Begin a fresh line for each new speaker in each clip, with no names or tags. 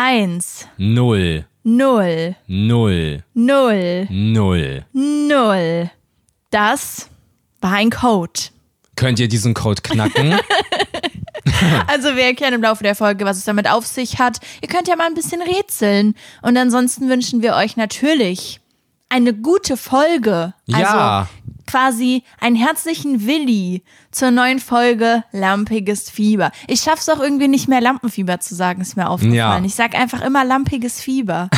eins,
Null,
null,
null,
null,
null.
null. Das war ein Code.
Könnt ihr diesen Code knacken?
Also wir erklären im Laufe der Folge, was es damit auf sich hat. Ihr könnt ja mal ein bisschen rätseln. Und ansonsten wünschen wir euch natürlich eine gute Folge.
Ja.
Also quasi einen herzlichen Willi zur neuen Folge Lampiges Fieber. Ich schaff's auch irgendwie nicht mehr Lampenfieber zu sagen, ist mir aufgefallen.
Ja.
Ich sag einfach immer Lampiges Fieber.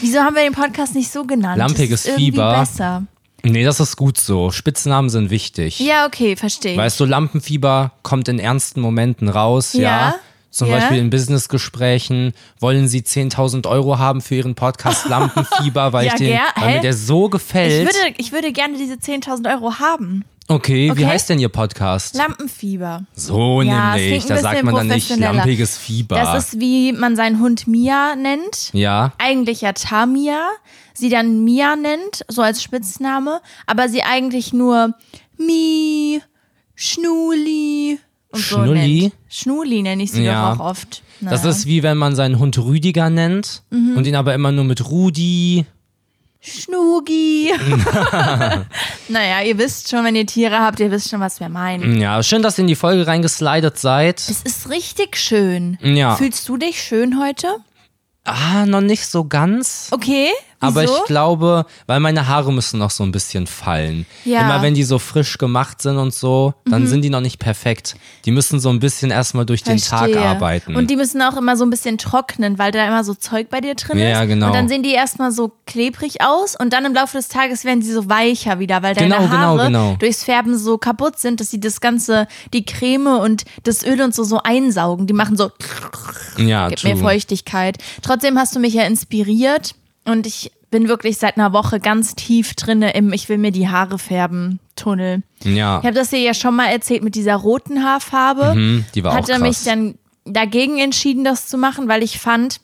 Wieso haben wir den Podcast nicht so genannt? Das
Lampiges
ist irgendwie
Fieber.
Besser.
nee, das ist gut so. Spitznamen sind wichtig.
Ja, okay, verstehe.
Weißt du, Lampenfieber kommt in ernsten Momenten raus, ja.
Ja,
Zum
ja.
Beispiel in Businessgesprächen wollen sie 10.000 Euro haben für ihren Podcast Lampenfieber, weil,
Ja,
ich den,
gär,
weil
hä?
mir der so
ich
gefällt.
würde, ich würde gerne diese 10.000 Euro haben.
okay, wie
Okay.
heißt denn ihr Podcast?
Lampenfieber.
so
Ja, es
nämlich,
klingt ein
da sagt
bisschen
man dann nicht
professioneller.
lampiges Fieber.
Das ist wie man seinen Hund Mia nennt.
ja,
Eigentlich ja Tamia, sie dann Mia nennt, so als Spitzname, aber sie eigentlich nur Mi, Schnuli und so
Schnulli?
nennt. Schnuli nenne ich sie
Ja.
doch auch oft. Naja.
das ist wie wenn man seinen Hund Rüdiger nennt
Mhm.
und ihn aber immer nur mit Rudi.
Schnugi. naja, ihr wisst schon, wenn ihr Tiere habt, ihr wisst schon, was wir meinen.
Ja, schön, dass ihr in die Folge reingeslidet seid.
Es ist richtig schön.
Ja.
Fühlst du dich schön heute?
Ah, noch nicht so ganz.
Okay. Oh, Wieso?
Aber ich glaube, weil meine Haare müssen noch so ein bisschen fallen.
Ja. Mhm.
Immer wenn die so frisch gemacht sind und so, dann sind die noch nicht perfekt. Die müssen so ein bisschen erstmal durch den Tag
Verstehe.
arbeiten.
Und die müssen auch immer so ein bisschen trocknen, weil da immer so Zeug bei dir drin
Ja,
ist.
genau.
Und dann sehen die erstmal so klebrig aus und dann im Laufe des Tages werden sie so weicher wieder, weil deine
Genau, genau,
Haare
genau.
durchs Färben so kaputt sind, dass sie das ganze, die Creme und das Öl und so so einsaugen. Die machen so,
ja,
gibt
true.
mir Feuchtigkeit. Trotzdem hast du mich ja inspiriert und ich bin wirklich seit einer Woche ganz tief drinne im Ich will mir die Haare färben Tunnel.
ja.
Ich habe das dir ja schon mal erzählt mit dieser roten Haarfarbe.
Hm, die war
hat
auch
er
krass.
mich dann dagegen entschieden, das zu machen, weil ich fand,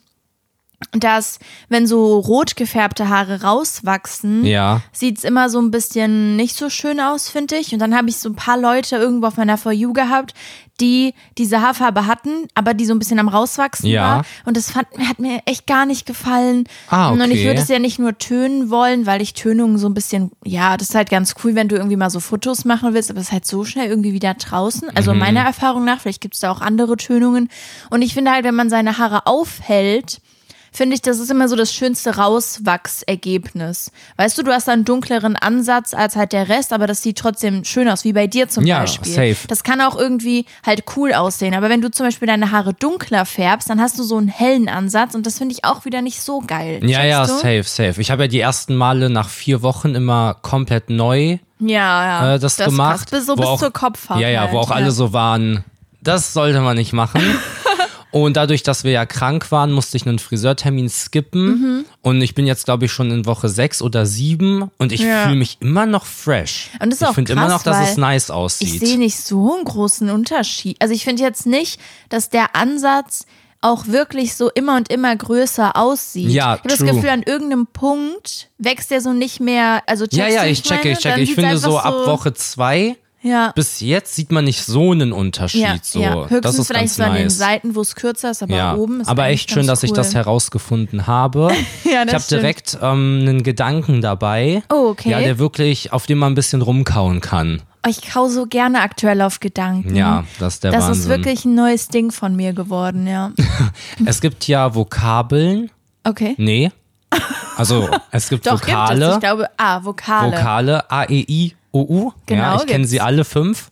dass wenn so rot gefärbte Haare rauswachsen,
ja.
sieht's immer so ein bisschen nicht so schön aus, finde ich. Und dann habe ich so ein paar Leute irgendwo auf meiner For You gehabt, die diese Haarfarbe hatten, aber die so ein bisschen am rauswachsen
Ja.
war. Und das fand, hat mir echt gar nicht gefallen.
Ah,
Und ich
okay.
würde es ja nicht nur tönen wollen, weil ich Tönungen so ein bisschen, ja, das ist halt ganz cool, wenn du irgendwie mal so Fotos machen willst, aber es ist halt so schnell irgendwie wieder draußen. Also
Mhm.
meiner Erfahrung nach, vielleicht gibt's da auch andere Tönungen. Und ich finde halt, wenn man seine Haare aufhält, finde ich, das ist immer so das schönste Rauswachsergebnis. Weißt du, du hast da einen dunkleren Ansatz als halt der Rest, aber das sieht trotzdem schön aus, wie bei dir zum
Ja,
Beispiel.
safe.
Das kann auch irgendwie halt cool aussehen. Aber wenn du zum Beispiel deine Haare dunkler färbst, dann hast du so einen hellen Ansatz und das finde ich auch wieder nicht so geil.
Ja, ja,
checkst du?
safe, safe. Ich habe ja die ersten Male nach vier Wochen immer komplett neu
Ja, ja.
äh, das,
das
gemacht.
kracht Bis so
wo
bis
auch-
zur Kopfhaut.
Ja, ja,
halt.
wo auch alle so waren, das sollte man nicht machen. Und dadurch, dass wir ja krank waren, musste ich einen Friseurtermin skippen.
Mhm.
Und ich bin jetzt, glaube ich, schon in Woche sechs oder sieben und ich
Ja.
fühle mich immer noch fresh.
Und das ist
ich
auch
finde immer
krass,
noch, dass es
weil
nice
Ich sehe
aussieht.
nicht so einen großen Unterschied. Also ich finde jetzt nicht, dass der Ansatz auch wirklich so immer und immer größer aussieht.
Ja,
ich habe das
true.
Gefühl, an irgendeinem Punkt wächst der so nicht mehr. Also checkst
Ja, ja,
du, wie
ich checke,
meine?
ich checke.
Dann
Ich
sieht's
finde
einfach
so ab Woche zwei
ja.
bis jetzt sieht man nicht so einen Unterschied.
ja,
so.
ja. Höchstens
das ist
vielleicht
ganz
so an den
nice.
Seiten, wo es kürzer ist, aber
ja.
oben ist
aber
eigentlich
echt schön,
ganz
dass ich
cool.
das herausgefunden habe.
Ja,
ich
das
habe
stimmt.
direkt ähm, einen Gedanken dabei.
Oh, okay.
Ja, der wirklich, auf den man ein bisschen rumkauen kann.
Oh, Ich kau so gerne aktuell auf Gedanken.
Ja, das ist der
Mhm. Das
Wahnsinn.
ist wirklich ein neues Ding von mir geworden, ja.
es gibt ja Vokabeln.
Okay.
Nee. Also, es gibt
Doch, gibt es.
Vokale.
Ich glaube, ah, Vokale.
Vokale A, E, I, O, U.
Genau,
ja, ich kenne
gibt's. Mhm.
sie alle fünf.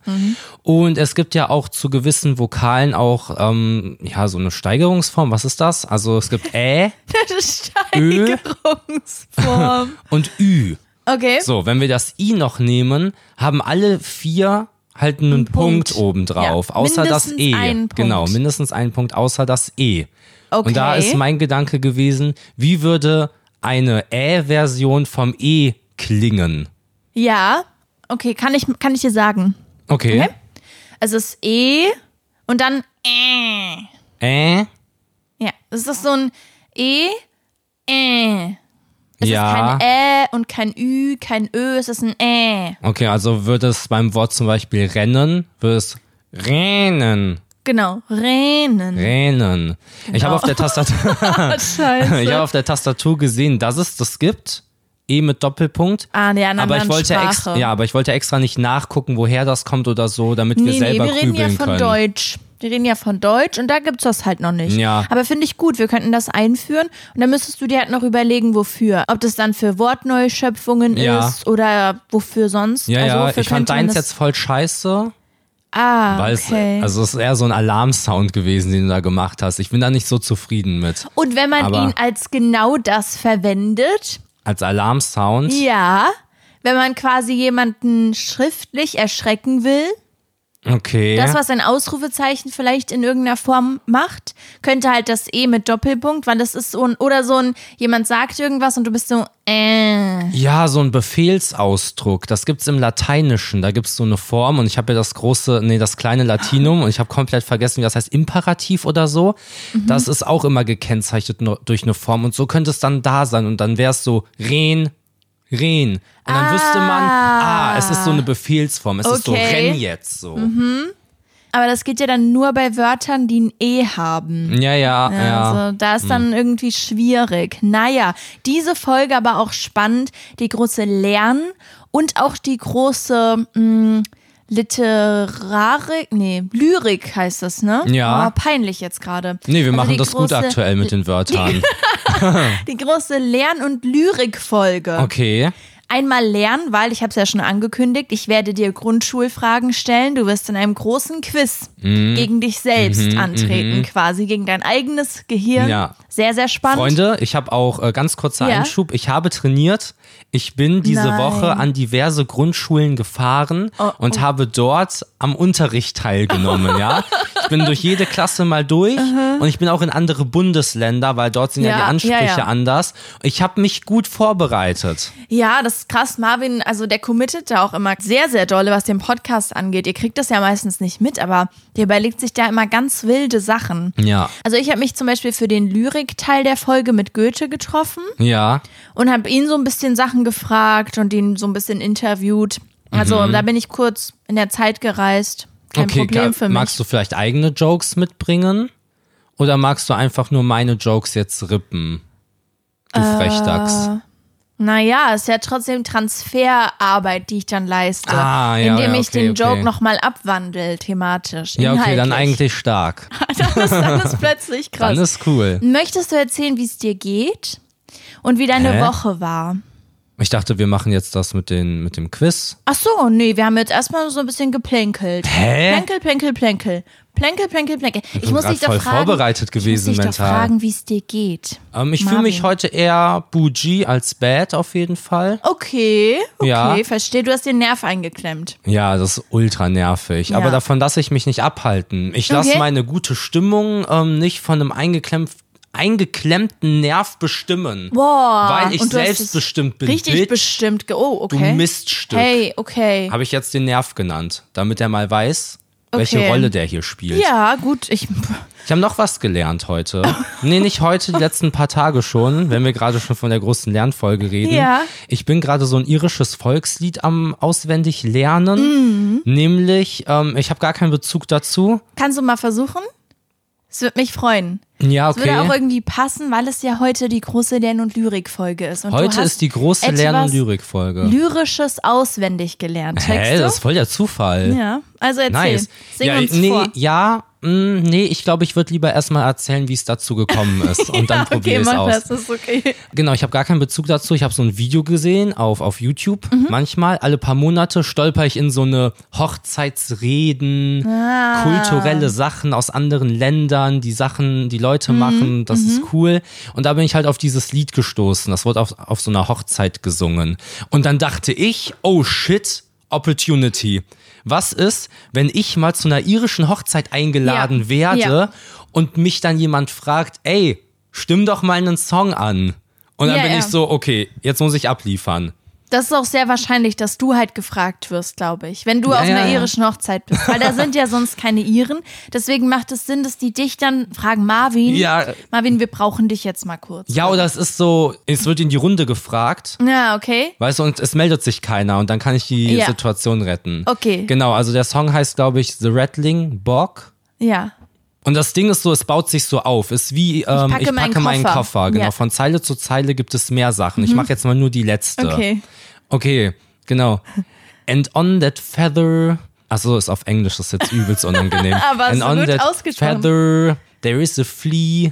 Und es gibt ja auch zu gewissen Vokalen auch, ähm, ja, so eine Steigerungsform. Was ist das? Also, es gibt Ä
Steigerungsform.
und Ü.
Okay.
So, wenn wir das I noch nehmen, haben alle vier halt einen Punkt,
Punkt.
obendrauf,
Ja,
außer das
mindestens
E.
einen Punkt.
Genau, mindestens einen Punkt außer das E.
Okay.
Und da ist mein Gedanke gewesen, wie würde eine Ä-Version vom E klingen?
Ja. Okay, kann ich, kann ich dir sagen.
Okay.
Es ist E und dann Äh.
Ä?
Ja. Es ist so ein E, Äh. Es
ja.
ist kein Ä und kein Ü, kein Ö, es ist ein Äh.
okay, also würde es beim Wort zum Beispiel rennen, würde es rennen.
Genau. Renen.
Tränen. Ich
Genau.
habe auf der Tastatur,
Scheiße.
ich habe auf der Tastatur gesehen, dass es das gibt. E mit Doppelpunkt.
Ah, nee, an einer
aber ich
anderen
wollte extra,
Sprache.
ja, aber ich wollte extra nicht nachgucken, woher das kommt oder so, damit wir
nee, nee,
selber
wir reden ja
grübeln
von
können.
Deutsch. Wir reden ja von Deutsch und da gibt's das halt noch nicht.
Ja.
Aber finde ich gut, wir könnten das einführen und dann müsstest du dir halt noch überlegen, wofür. Ob das dann für Wortneuschöpfungen
Ja.
ist oder wofür sonst.
Ja,
also,
ja,
wofür
ich fand
könnte man
deins
das-
jetzt voll scheiße,
Ah,
weil
okay.
es, also es ist eher so ein Alarmsound gewesen, den du da gemacht hast. Ich bin da nicht so zufrieden mit.
und wenn man
aber-
ihn als genau das verwendet,
Als Alarmsound,
ja, wenn man quasi jemanden schriftlich erschrecken will,
okay.
Das, was ein Ausrufezeichen vielleicht in irgendeiner Form macht, könnte halt das E mit Doppelpunkt, weil das ist so ein, oder so ein, jemand sagt irgendwas und du bist so, äh.
ja, so ein Befehlsausdruck, das gibt's im Lateinischen, da gibt's so eine Form und ich habe ja das große, nee, das kleine Latinum und ich habe komplett vergessen, wie das heißt, Imperativ oder so.
Mhm.
Das ist auch immer gekennzeichnet nur- durch eine Form und so könnte es dann da sein und dann wäre es so ren, ren. Und dann wüsste man, ah, es ist so eine Befehlsform, es ist so
Okay. Mhm.
renn jetzt so.
Aber das geht ja dann nur bei Wörtern, die ein E haben.
Ja, ja, ja. Hm.
Also da ist dann irgendwie schwierig. Naja, diese Folge aber auch spannend, die große Lernen und auch die große mh, Literarik, nee, Lyrik heißt das, ne?
Ja.
Oh, peinlich jetzt gerade.
nee, wir
Also
machen
die
das gut
große-
aktuell mit den Wörtern.
Die große Lern- und Lyrikfolge.
Okay.
Einmal lernen, weil ich habe es ja schon angekündigt, ich werde dir Grundschulfragen stellen. Du wirst in einem großen Quiz
Mhm.
gegen dich selbst antreten, quasi gegen dein eigenes Gehirn.
Ja.
Sehr, sehr spannend.
Freunde, ich habe auch äh, ganz kurzer
Ja.
Einschub. Ich habe trainiert. Ich bin diese
Nein. Oh,
Woche an diverse Grundschulen gefahren und habe dort am Unterricht teilgenommen. ja, ich bin durch jede Klasse mal durch und ich bin auch in andere Bundesländer, weil dort sind ja,
Ja,
die Ansprüche
ja, ja.
anders. Ich habe mich gut vorbereitet.
Ja, das ist krass. Marvin, also der committet da auch immer sehr, sehr dolle, was den Podcast angeht. Ihr kriegt das ja meistens nicht mit, aber der überlegt sich da immer ganz wilde Sachen.
Ja,
Also ich habe mich zum Beispiel für den Lyrikteil der Folge mit Goethe getroffen.
ja.
und habe ihn so ein bisschen Sachen gefragt und ihn so ein bisschen interviewt. Also da bin ich kurz in der Zeit gereist. Kein
Mhm. okay,
Problem für mich.
magst du vielleicht eigene Jokes mitbringen? Oder magst du einfach nur meine Jokes jetzt rippen? Du
Äh,
Frechdachs.
Naja, ist ja trotzdem Transferarbeit, die ich dann leiste,
Ah, ja,
indem
ja,
ich
okay,
den Joke
okay.
nochmal abwandel, thematisch.
Ja, okay, dann
inhaltlich.
eigentlich stark.
dann ist, dann ist plötzlich krass.
Dann ist cool.
Möchtest du erzählen, wie es dir geht und wie deine
Hä?
Woche war?
Ich dachte, wir machen jetzt das mit, den, mit dem Quiz.
Ach so, nee, wir haben jetzt erstmal so ein bisschen geplänkelt.
Hä?
Plänkel, plänkel, plänkel. Plänkel, plänkel, plänkel. Ich
bin
muss
grad
dich doch
voll
fragen,
vorbereitet gewesen
ich muss dich
mental.
doch fragen, wie es dir geht.
Ähm, ich fühle mich
Marvin.
heute eher bougie als bad auf jeden Fall.
Okay, okay,
Ja.
verstehe. Du hast den Nerv eingeklemmt.
Ja, das ist ultra nervig. Aber
Ja.
davon lasse ich mich nicht abhalten. Ich lasse
Okay.
meine gute Stimmung ähm, nicht von einem eingeklemmt, eingeklemmten Nerv bestimmen.
Boah.
weil ich
und du hast es
selbstbestimmt bin.
Richtig
Bitch,
bestimmt. ge- Oh,
du
okay.
Miststück.
Hey, okay.
Habe ich jetzt den Nerv genannt, damit er mal weiß, welche
Okay.
Rolle der hier spielt.
Ja, gut. Ich,
Ich habe noch was gelernt heute. nee, nicht heute, die letzten paar Tage schon, wenn wir gerade schon von der großen Lernfolge reden.
Ja.
Ich bin gerade so ein irisches Volkslied am auswendig
Mhm.
lernen, nämlich ähm, ich habe gar keinen Bezug dazu.
kannst du mal versuchen? Es würde mich freuen.
Ja,
Es würde auch
okay.
irgendwie passen, weil es ja heute die große Lern- und Lyrikfolge ist. Und du
Heute
hast
ist die große
etwas
Lern- und Lyrikfolge.
Lyrisches auswendig gelernt.
Hä,
Texte?
das ist voll der Zufall.
Ja, also erzähl.
Nice.
Sing
ja,
uns
nee,
vor.
ja, mh, nee, ich glaube, ich würde lieber erstmal erzählen, wie es dazu gekommen ist und dann
okay,
probier es
mach
aus.
das, ist okay.
Genau, ich habe gar keinen Bezug dazu. Ich habe so ein Video gesehen auf, auf YouTube.
Mhm.
Manchmal, alle paar Monate, stolper ich in so eine Hochzeitsreden,
Ah.
kulturelle Sachen aus anderen Ländern, die Sachen, die Leute
Mhm.
machen, das ist cool. Und da bin ich halt auf dieses Lied gestoßen. Das wurde auf, auf so einer Hochzeit gesungen. Und dann dachte ich, oh shit, Opportunity. Was ist, wenn ich mal zu einer irischen Hochzeit eingeladen
Ja,
werde
ja.
und mich dann jemand fragt, ey, stimm doch mal einen Song an. Und dann
Ja,
bin
ja.
ich so, okay, jetzt muss ich abliefern.
Das ist auch sehr wahrscheinlich, dass du halt gefragt wirst, glaube ich, wenn du auf
ja,
einer
ja.
irischen Hochzeit bist, weil da sind ja sonst keine Iren. Deswegen macht es Sinn, dass die dich dann fragen, Marvin,
Ja.
Marvin, wir brauchen dich jetzt mal kurz.
Ja, oder es ist so, es wird in die Runde gefragt,
Ja, okay.
weißt du, und es meldet sich keiner und dann kann ich die
Ja.
Situation retten.
Okay.
Genau, also der Song heißt, glaube ich, The Rattling Bog.
Ja.
Und das Ding ist so, es baut sich so auf. Ist wie, ähm, ich packe,
packe meinen
meinen
Koffer.
Koffer. Genau,
Ja. Mhm.
von Zeile zu Zeile gibt es mehr Sachen. Ich mache jetzt mal nur die letzte.
Okay.
Okay, genau. And on that feather. Achso, ist auf Englisch, das ist jetzt übelst unangenehm.
Aber
And
so
on
gut
that
ausgesprochen.
feather, there is a flea,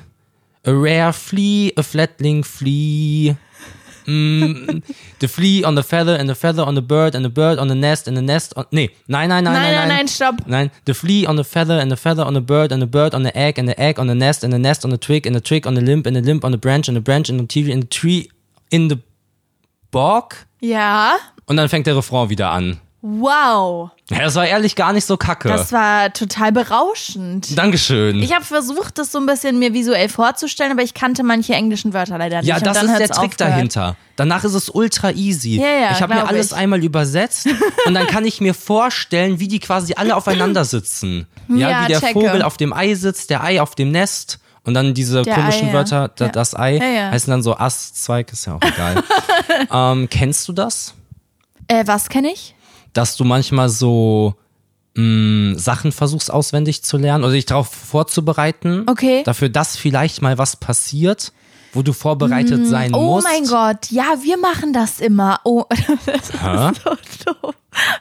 a rare flea, a flatling flea. Mm, the flea on the feather and the feather on the bird and the bird on the nest and the nest on. Nee, nein, nein, nein, nein.
Nein, nein, nein, stopp.
Nein, the flea on the feather and the feather on the bird and the bird on the egg and the egg on the nest and the nest on the twig and the twig on the limb and the limb on the branch and the branch in the tree in the tree in the bark.
Ja.
Und dann fängt der Refrain wieder an.
Wow.
Ja, das war ehrlich gar nicht so kacke.
Das war total berauschend.
Dankeschön.
Ich habe versucht, das so ein bisschen mir visuell vorzustellen, aber ich kannte manche englischen Wörter leider nicht.
ja,
und
das
dann
ist der
hört's
Trick
aufgehört.
dahinter. Danach ist es ultra easy.
Ja, ja,
ich habe mir
glaub
alles
ich.
einmal übersetzt und dann kann ich mir vorstellen, wie die quasi alle aufeinander sitzen. Ja,
Ja,
wie der
checke.
Vogel auf dem Ei sitzt, der Ei auf dem Nest und dann diese
Der
komischen
Ei, ja.
Wörter, da- das Ei,
Ja, ja.
heißen dann so Ast, Zweig, ist ja auch egal. ähm, kennst du das?
Äh, was kenne ich?
dass du manchmal so mh, Sachen versuchst auswendig zu lernen oder dich darauf vorzubereiten.
Okay.
Dafür, dass vielleicht mal was passiert, wo du vorbereitet sein
Oh
musst.
mein Gott, ja, wir machen das immer. Oh, das ist
Hä?
so doof.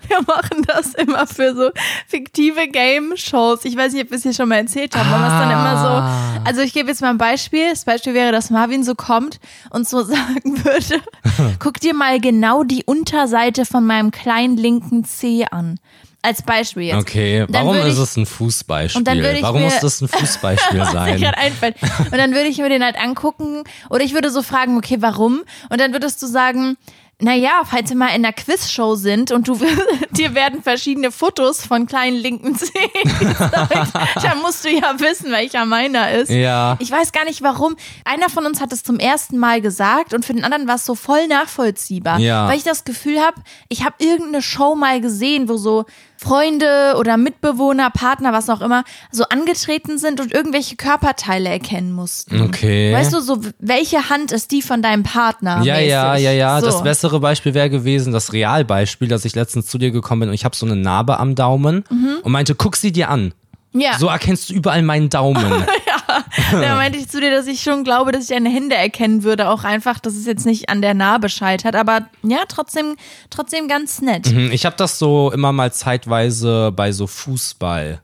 Wir machen das immer für so fiktive Game-Shows. Ich weiß nicht, ob wir es hier schon mal erzählt haben, aber es ist dann immer so. Also ich gebe jetzt mal ein Beispiel. Das Beispiel wäre, dass Marvin so kommt und so sagen würde, guck dir mal genau die Unterseite von meinem kleinen linken Zeh an. Als Beispiel jetzt.
Okay,
Dann
warum
würde
ist
ich-
es ein Fußbeispiel?
Und dann würde ich
warum
mir-
muss das ein Fußbeispiel
mir
sein?
gerade einfällt. Und dann würde ich mir den halt angucken oder ich würde so fragen, okay, warum? Und dann würdest du sagen, naja, falls wir mal in einer Quizshow sind und du dir werden verschiedene Fotos von kleinen linken Zehen gezeigt, dann musst du ja wissen, welcher meiner ist.
Ja.
Ich weiß gar nicht warum. Einer von uns hat es zum ersten Mal gesagt und für den anderen war es so voll nachvollziehbar.
Ja.
Weil ich das Gefühl habe, ich habe irgendeine Show mal gesehen, wo so Freunde oder Mitbewohner, Partner, was auch immer, so angetreten sind und irgendwelche Körperteile erkennen mussten.
Okay.
Weißt du, so w- welche Hand ist die von deinem Partner?
ja, ja,
mäßig?
ja, ja.
So.
Das bessere Beispiel wäre gewesen, das Realbeispiel, dass ich letztens zu dir gekommen bin und ich habe so eine Narbe am Daumen und meinte, guck sie dir an.
Mhm. Ja.
So erkennst du überall meinen Daumen.
Da meinte ich zu dir, dass ich schon glaube, dass ich deine Hände erkennen würde, auch einfach, dass es jetzt nicht an der Narbe scheitert, aber ja, trotzdem, trotzdem ganz nett.
Hm, Ich habe das so immer mal zeitweise bei so Fußball,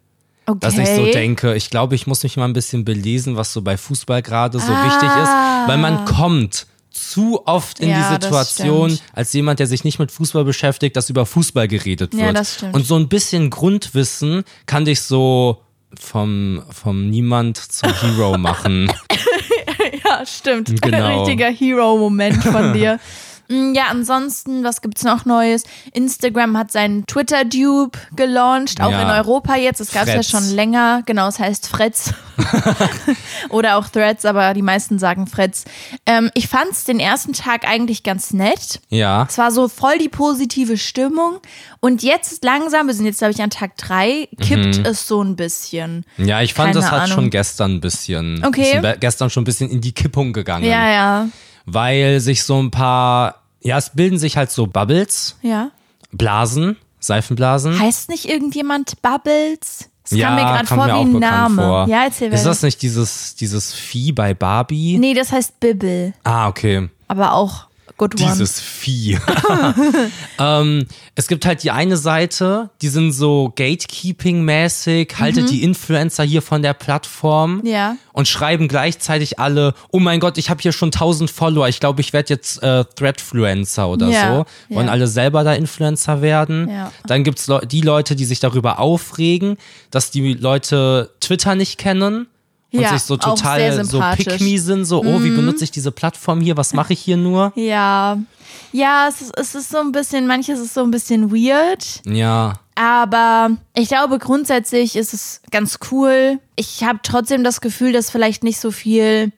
Okay.
dass ich so denke, ich glaube, ich muss mich mal ein bisschen belesen, was so bei Fußball gerade so wichtig
Ah.
ist, weil man kommt zu oft in
Ja,
die
das
Situation,
stimmt.
als jemand, der sich nicht mit Fußball beschäftigt, dass über Fußball geredet
Ja,
wird.
das stimmt.
Und so ein bisschen Grundwissen kann dich so vom, vom Niemand zum Hero machen.
Ja, stimmt. Ein
Genau.
richtiger Hero-Moment von dir. Mm, Ja, ansonsten, was gibt's noch Neues? Instagram hat seinen Twitter-Dupe gelauncht, auch
Ja.
in Europa jetzt. Das gab's ja
Threads.
schon länger. Genau, es heißt Freds. Oder auch Threads, aber die meisten sagen Freds. Ähm, ich fand's den ersten Tag eigentlich ganz nett.
Ja.
Es war so voll die positive Stimmung. Und jetzt langsam, wir sind jetzt, glaube ich, an Tag drei, kippt
Mhm.
es so ein bisschen.
Ja, ich fand,
Keine
das hat
Ahnung.
schon gestern ein bisschen,
Okay.
bisschen be- gestern schon ein bisschen in die Kippung gegangen.
Ja, ja.
weil sich so ein paar, ja, es bilden sich halt so Bubbles,
Ja.
Blasen, Seifenblasen.
Heißt nicht irgendjemand Bubbles? Das
Hm. ja,
kam mir gerade vor wie
auch
ein
bekannt
Name.
Vor.
Ja, erzähl
Ist
weiter.
das nicht dieses, dieses Vieh bei Barbie?
Nee, das heißt Bibble,
Ah, okay.
aber auch Good One.
Dieses Vieh. ähm, es gibt halt die eine Seite, die sind so Gatekeeping-mäßig, haltet die Influencer hier von der Plattform
Mhm. Ja.
und schreiben gleichzeitig alle, oh mein Gott, ich habe hier schon 1000 Follower, ich glaube, ich werde jetzt äh, Threadfluencer oder
Ja,
so. Wollen
ja.
alle selber da Influencer werden.
Ja.
Dann gibt's Leu- die Leute, die sich darüber aufregen, dass die Leute Twitter nicht kennen. Und
Ja,
sich so
auch
total
sehr
so
sympathisch. Mhm.
pick me sind, so, oh, wie benutze ich diese Plattform hier, was mache ich hier nur?
Ja. Ja, es ist, es ist so ein bisschen, manches ist so ein bisschen weird,
Ja.
aber ich glaube grundsätzlich ist es ganz cool. Ich habe trotzdem das Gefühl, dass vielleicht nicht so viel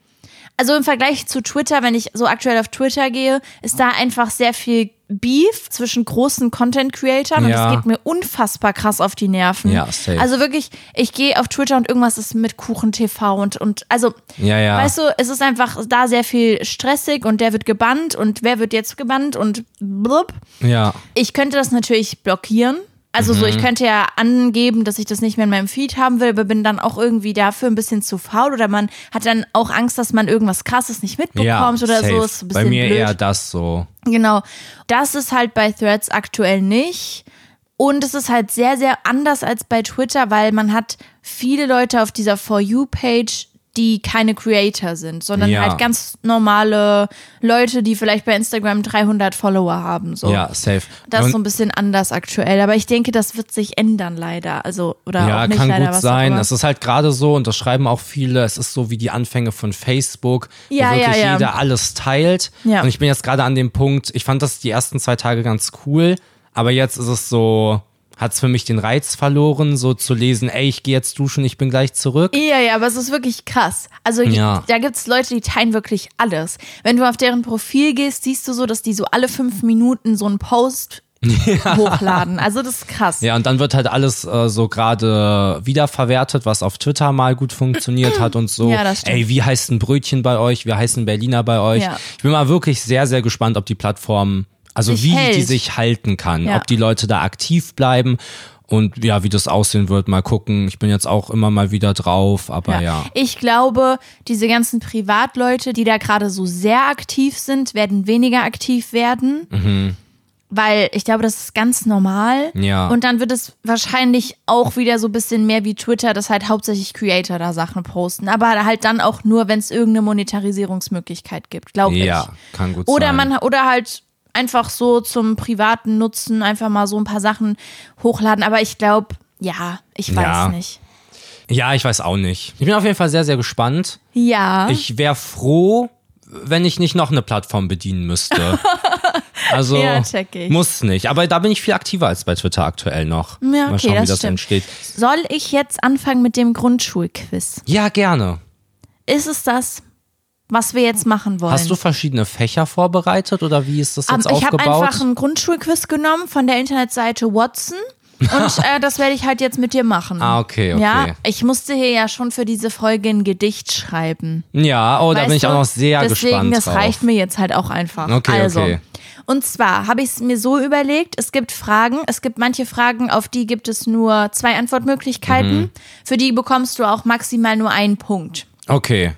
also im Vergleich zu Twitter, wenn ich so aktuell auf Twitter gehe, ist da einfach sehr viel Beef zwischen großen Content-Creatern und
Ja.
das geht mir unfassbar krass auf die Nerven.
Ja, safe.
Also wirklich, ich gehe auf Twitter und irgendwas ist mit Kuchen TV und, und also,
Ja, ja.
weißt du, es ist einfach da sehr viel stressig und der wird gebannt und wer wird jetzt gebannt und blub.
Ja.
Ich könnte das natürlich blockieren. Also so, ich
Mhm.
könnte ja angeben, dass ich das nicht mehr in meinem Feed haben will, aber bin dann auch irgendwie dafür ein bisschen zu faul oder man hat dann auch Angst, dass man irgendwas krasses nicht mitbekommt
ja,
oder
safe.
so. Ist ein bisschen
Bei mir
blöd.
eher das so.
Genau. Das ist halt bei Threads aktuell nicht. Und es ist halt sehr, sehr anders als bei Twitter, weil man hat viele Leute auf dieser For You-Page, die keine Creator sind, sondern
Ja.
halt ganz normale Leute, die vielleicht bei Instagram 300 Follower haben. So.
Ja, safe.
Das ist
Und-
so ein bisschen anders aktuell, aber ich denke, das wird sich ändern leider. Also, oder
ja,
auch nicht
kann
leider,
gut
was
sein.
Auch immer.
Es ist halt gerade so, und das schreiben auch viele, es ist so wie die Anfänge von Facebook,
Ja,
wo
ja,
wirklich
ja.
jeder alles teilt.
Ja.
Und ich bin jetzt gerade an dem Punkt, ich fand das die ersten zwei Tage ganz cool, aber jetzt ist es so, hat es für mich den Reiz verloren, so zu lesen, ey, ich gehe jetzt duschen, ich bin gleich zurück.
Ja, ja, aber es ist wirklich krass. Also die-
Ja.
da gibt's Leute, die teilen wirklich alles. Wenn du auf deren Profil gehst, siehst du so, dass die so alle fünf Minuten so einen Post hochladen. Also das ist krass.
Ja, und dann wird halt alles äh, so gerade wiederverwertet, was auf Twitter mal gut funktioniert hat und so.
Ja, das stimmt.
Ey, wie heißt ein Brötchen bei euch? Wie heißen Berliner bei euch?
Ja.
Ich bin mal wirklich sehr, sehr gespannt, ob die Plattform, also
Sich
wie die
hält.
sich halten kann,
Ja.
ob die Leute da aktiv bleiben und ja, wie das aussehen wird, mal gucken. Ich bin jetzt auch immer mal wieder drauf, aber ja.
Ich glaube, diese ganzen Privatleute, die da gerade so sehr aktiv sind, werden weniger aktiv werden. Weil ich glaube, das ist ganz normal.
Mhm. Ja.
Und dann wird es wahrscheinlich auch wieder so ein bisschen mehr wie Twitter, dass halt hauptsächlich Creator da Sachen posten. Aber halt dann auch nur, wenn es irgendeine Monetarisierungsmöglichkeit gibt, glaube ich.
Ja, kann gut
Oder
sein.
man oder halt einfach so zum privaten Nutzen einfach mal so ein paar Sachen hochladen. Aber ich glaube, ja, ich weiß
Ja.
nicht.
ja, ich weiß auch nicht. Ich bin auf jeden Fall sehr, sehr gespannt.
Ja.
Ich wäre froh, wenn ich nicht noch eine Plattform bedienen müsste. Also
Ja, check ich.
muss nicht. Aber da bin ich viel aktiver als bei Twitter aktuell noch.
Ja,
Mal
okay,
schauen, wie
das
das
stimmt.
entsteht.
Soll ich jetzt anfangen mit dem Grundschulquiz?
Ja, gerne.
Ist es das, was wir jetzt machen wollen?
Hast du verschiedene Fächer vorbereitet oder wie ist das
Ähm,
jetzt
ich habe
aufgebaut?
einfach einen Grundschulquiz genommen von der Internetseite Watson. Und äh, das werde ich halt jetzt mit dir machen.
Ah, okay, okay.
Ja, ich musste hier ja schon für diese Folge ein Gedicht schreiben.
ja, oh, da
Weißt
bin ich auch
du?
noch sehr
Deswegen,
gespannt
das
drauf.
reicht mir jetzt halt auch einfach.
Okay,
also,
okay.
Und zwar habe ich es mir so überlegt, es gibt Fragen, es gibt manche Fragen, auf die gibt es nur zwei Antwortmöglichkeiten.
Mhm.
Für die bekommst du auch maximal nur einen Punkt.
Okay.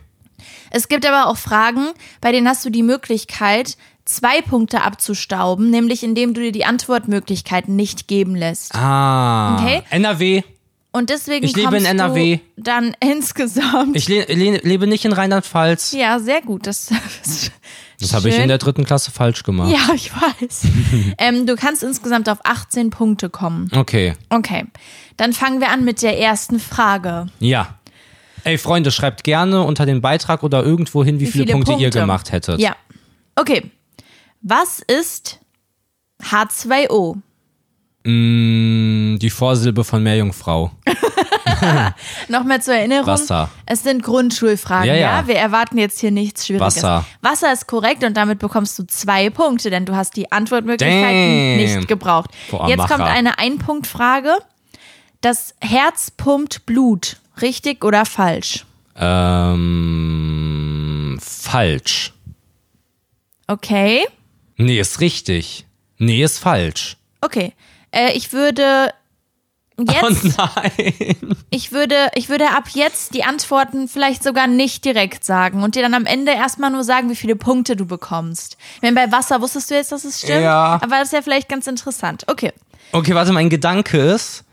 Es gibt aber auch Fragen, bei denen hast du die Möglichkeit, zwei Punkte abzustauben, nämlich indem du dir die Antwortmöglichkeiten nicht geben lässt.
Ah.
Okay.
NRW.
Und deswegen
Ich lebe in
kommst
NRW.
du dann insgesamt.
Ich le le lebe nicht in Rheinland-Pfalz.
ja, sehr gut. Das,
Das habe ich
schön.
in der dritten Klasse falsch gemacht.
Ja, ich weiß. ähm, du kannst insgesamt auf 18 Punkte kommen.
Okay.
Okay, dann fangen wir an mit der ersten Frage.
Ja. Ey, Freunde, schreibt gerne unter den Beitrag oder irgendwo hin, wie, viele, Punkte, ihr gemacht hättet.
Ja. Okay. Was ist H2O?
Mm, die Vorsilbe von Meerjungfrau.
Nochmal zur Erinnerung.
Wasser.
Es sind Grundschulfragen,
Ja,
ja,
ja.
Wir erwarten jetzt hier nichts Schwieriges.
Wasser.
Wasser ist korrekt und damit bekommst du zwei Punkte, denn du hast die Antwortmöglichkeiten
Damn.
nicht gebraucht.
Boah,
jetzt
Macher.
kommt eine Einpunktfrage. Das Herz pumpt Blut. Richtig oder falsch?
Ähm, falsch.
Okay.
Nee, ist richtig. Nee, ist falsch.
Okay. Äh, ich würde jetzt,
Oh nein.
ich würde, ich würde ab jetzt die Antworten vielleicht sogar nicht direkt sagen und dir dann am Ende erstmal nur sagen, wie viele Punkte du bekommst. Wenn bei Wasser wusstest du jetzt, dass es stimmt,
Ja.
aber das ist ja vielleicht ganz interessant. Okay.
Okay, warte, mein Gedanke ist,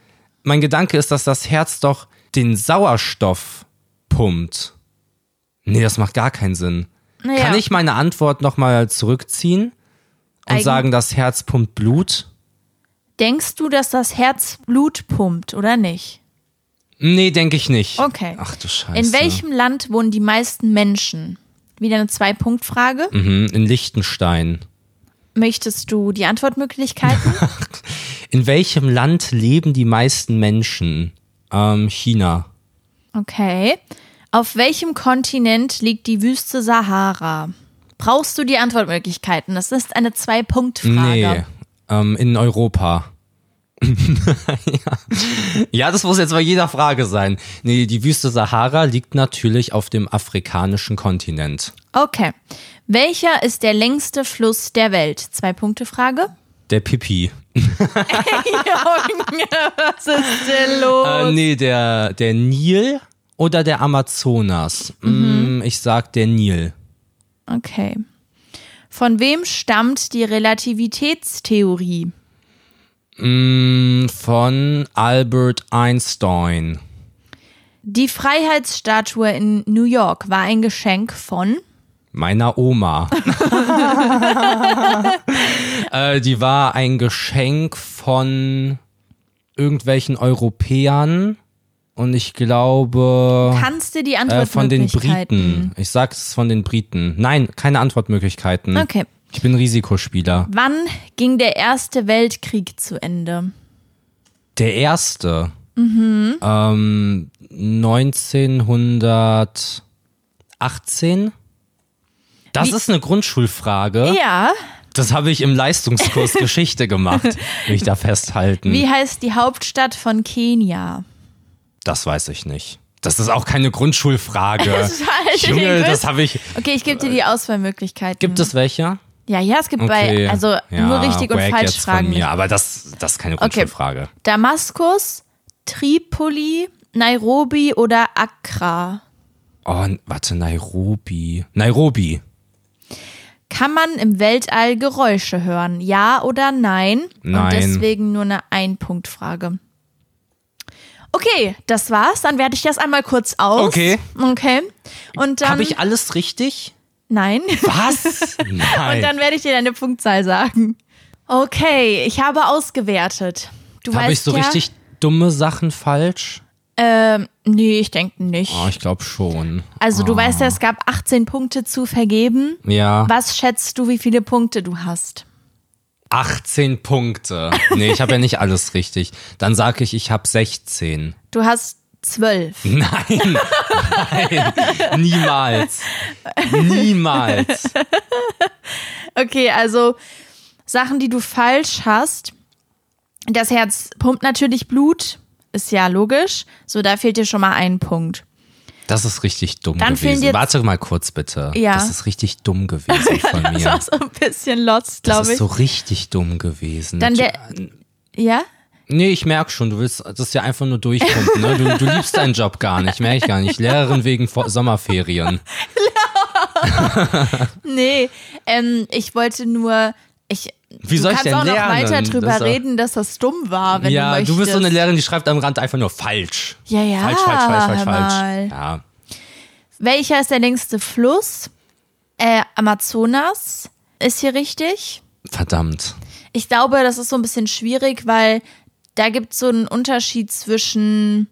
mein Gedanke ist, dass das Herz doch den Sauerstoff pumpt. Nee, das macht gar keinen Sinn.
Naja.
Kann ich meine Antwort nochmal zurückziehen und
Eigen-
sagen, das Herz pumpt Blut?
Denkst du, dass das Herz Blut pumpt oder nicht?
Nee, denke ich nicht.
Okay.
Ach du Scheiße.
In welchem Land wohnen die meisten Menschen? Wieder eine Zwei-Punkt-Frage.
Mhm, in Liechtenstein.
Möchtest du die Antwortmöglichkeiten?
In welchem Land leben die meisten Menschen? Ähm, China.
Okay. Auf welchem Kontinent liegt die Wüste Sahara? Brauchst du die Antwortmöglichkeiten? Das ist eine
Nee.
Zwei-Punkt-Frage.
Ähm, in Europa. ja. ja, das muss jetzt bei jeder Frage sein. Nee, die Wüste Sahara liegt natürlich auf dem afrikanischen Kontinent.
Okay. Welcher ist der längste Fluss der Welt? Zwei-Punkte-Frage.
Der Pipi.
Junge, was ist denn los?
Äh, nee, der, der Nil oder der Amazonas?
Mhm.
Mm, ich sag der Nil.
Okay. Von wem stammt die Relativitätstheorie?
Mm, von Albert Einstein.
Die Freiheitsstatue in New York war ein Geschenk von.
Meiner Oma. äh, die war ein Geschenk von irgendwelchen Europäern und ich glaube
Kannst du die
äh,
Antwort
von den Briten. Ich sag's von den Briten. Nein, keine Antwortmöglichkeiten.
Okay.
Ich bin Risikospieler.
Wann ging der Erste Weltkrieg zu Ende?
Der erste.
Mhm.
Ähm, 1918. Das ist eine Grundschulfrage.
Ja.
Das habe ich im Leistungskurs Geschichte gemacht. Will ich da festhalten.
Wie heißt die Hauptstadt von Kenia?
Das weiß ich nicht. Das ist auch keine Grundschulfrage.
Das war halt
Junge,
den
das
Quiz.
habe ich.
Okay, ich gebe dir die Auswahlmöglichkeiten.
Gibt es welche?
Ja, ja, es gibt
Okay.
bei, also nur richtig und
wack
falsch
jetzt von
Fragen.
Mir, aber das, das ist keine
Okay.
Grundschulfrage.
Damaskus, Tripoli, Nairobi oder Accra?
Oh, n- warte, Nairobi. Nairobi.
Kann man im Weltall Geräusche hören? Ja oder nein?
Nein.
Und deswegen nur eine Ein-Punkt-Frage. Okay, das war's. Dann werde ich das einmal kurz aus.
Okay.
Okay. Und dann.
Habe ich alles richtig?
nein.
Was? Nein.
Und dann werde ich dir deine Punktzahl sagen. Okay, ich habe ausgewertet. Du weißt
Habe ich so
ja,
richtig dumme Sachen falsch?
Ähm, nee, ich denke nicht.
Oh, ich Ah. glaube schon.
Also du weißt ja, es gab 18 Punkte zu vergeben.
Ja.
Was schätzt du, wie viele Punkte du hast?
18 Punkte. Nee, ich habe ja nicht alles richtig. Dann sage ich, ich habe 16.
Du hast 12.
Nein, nein, niemals. Niemals.
Okay, also Sachen, die du falsch hast. Das Herz pumpt natürlich Blut, ist ja logisch. So, da fehlt dir schon mal ein Punkt.
Das ist richtig dumm
Dann fehlen
gewesen.
dir-
Warte mal kurz bitte.
Ja.
Das ist richtig dumm gewesen von
Das
mir.
war so ein bisschen lost,
Das
glaube
ist
ich.
so richtig dumm gewesen.
Dann der. Ja?
nee, ich merk schon, du willst das ist ja einfach nur durchpumpen. Ne? Du, du liebst deinen Job gar nicht, merk ich gar nicht. Lehrerin wegen Vor Sommerferien.
Nee, ähm, ich wollte nur. Ich,
Wie
du
soll ich
kannst
denn
auch noch
lernen?
weiter drüber
Das ist doch-
reden, dass das dumm war, wenn du
ja, du
möchtest.
bist so eine Lehrerin, die schreibt am Rand einfach nur falsch.
Ja, ja,
Falsch, falsch, falsch, falsch,
hör mal.
falsch. Ja.
Welcher ist der längste Fluss? Äh, Amazonas ist hier richtig.
Verdammt.
Ich glaube, das ist so ein bisschen schwierig, weil da gibt es so einen Unterschied zwischen.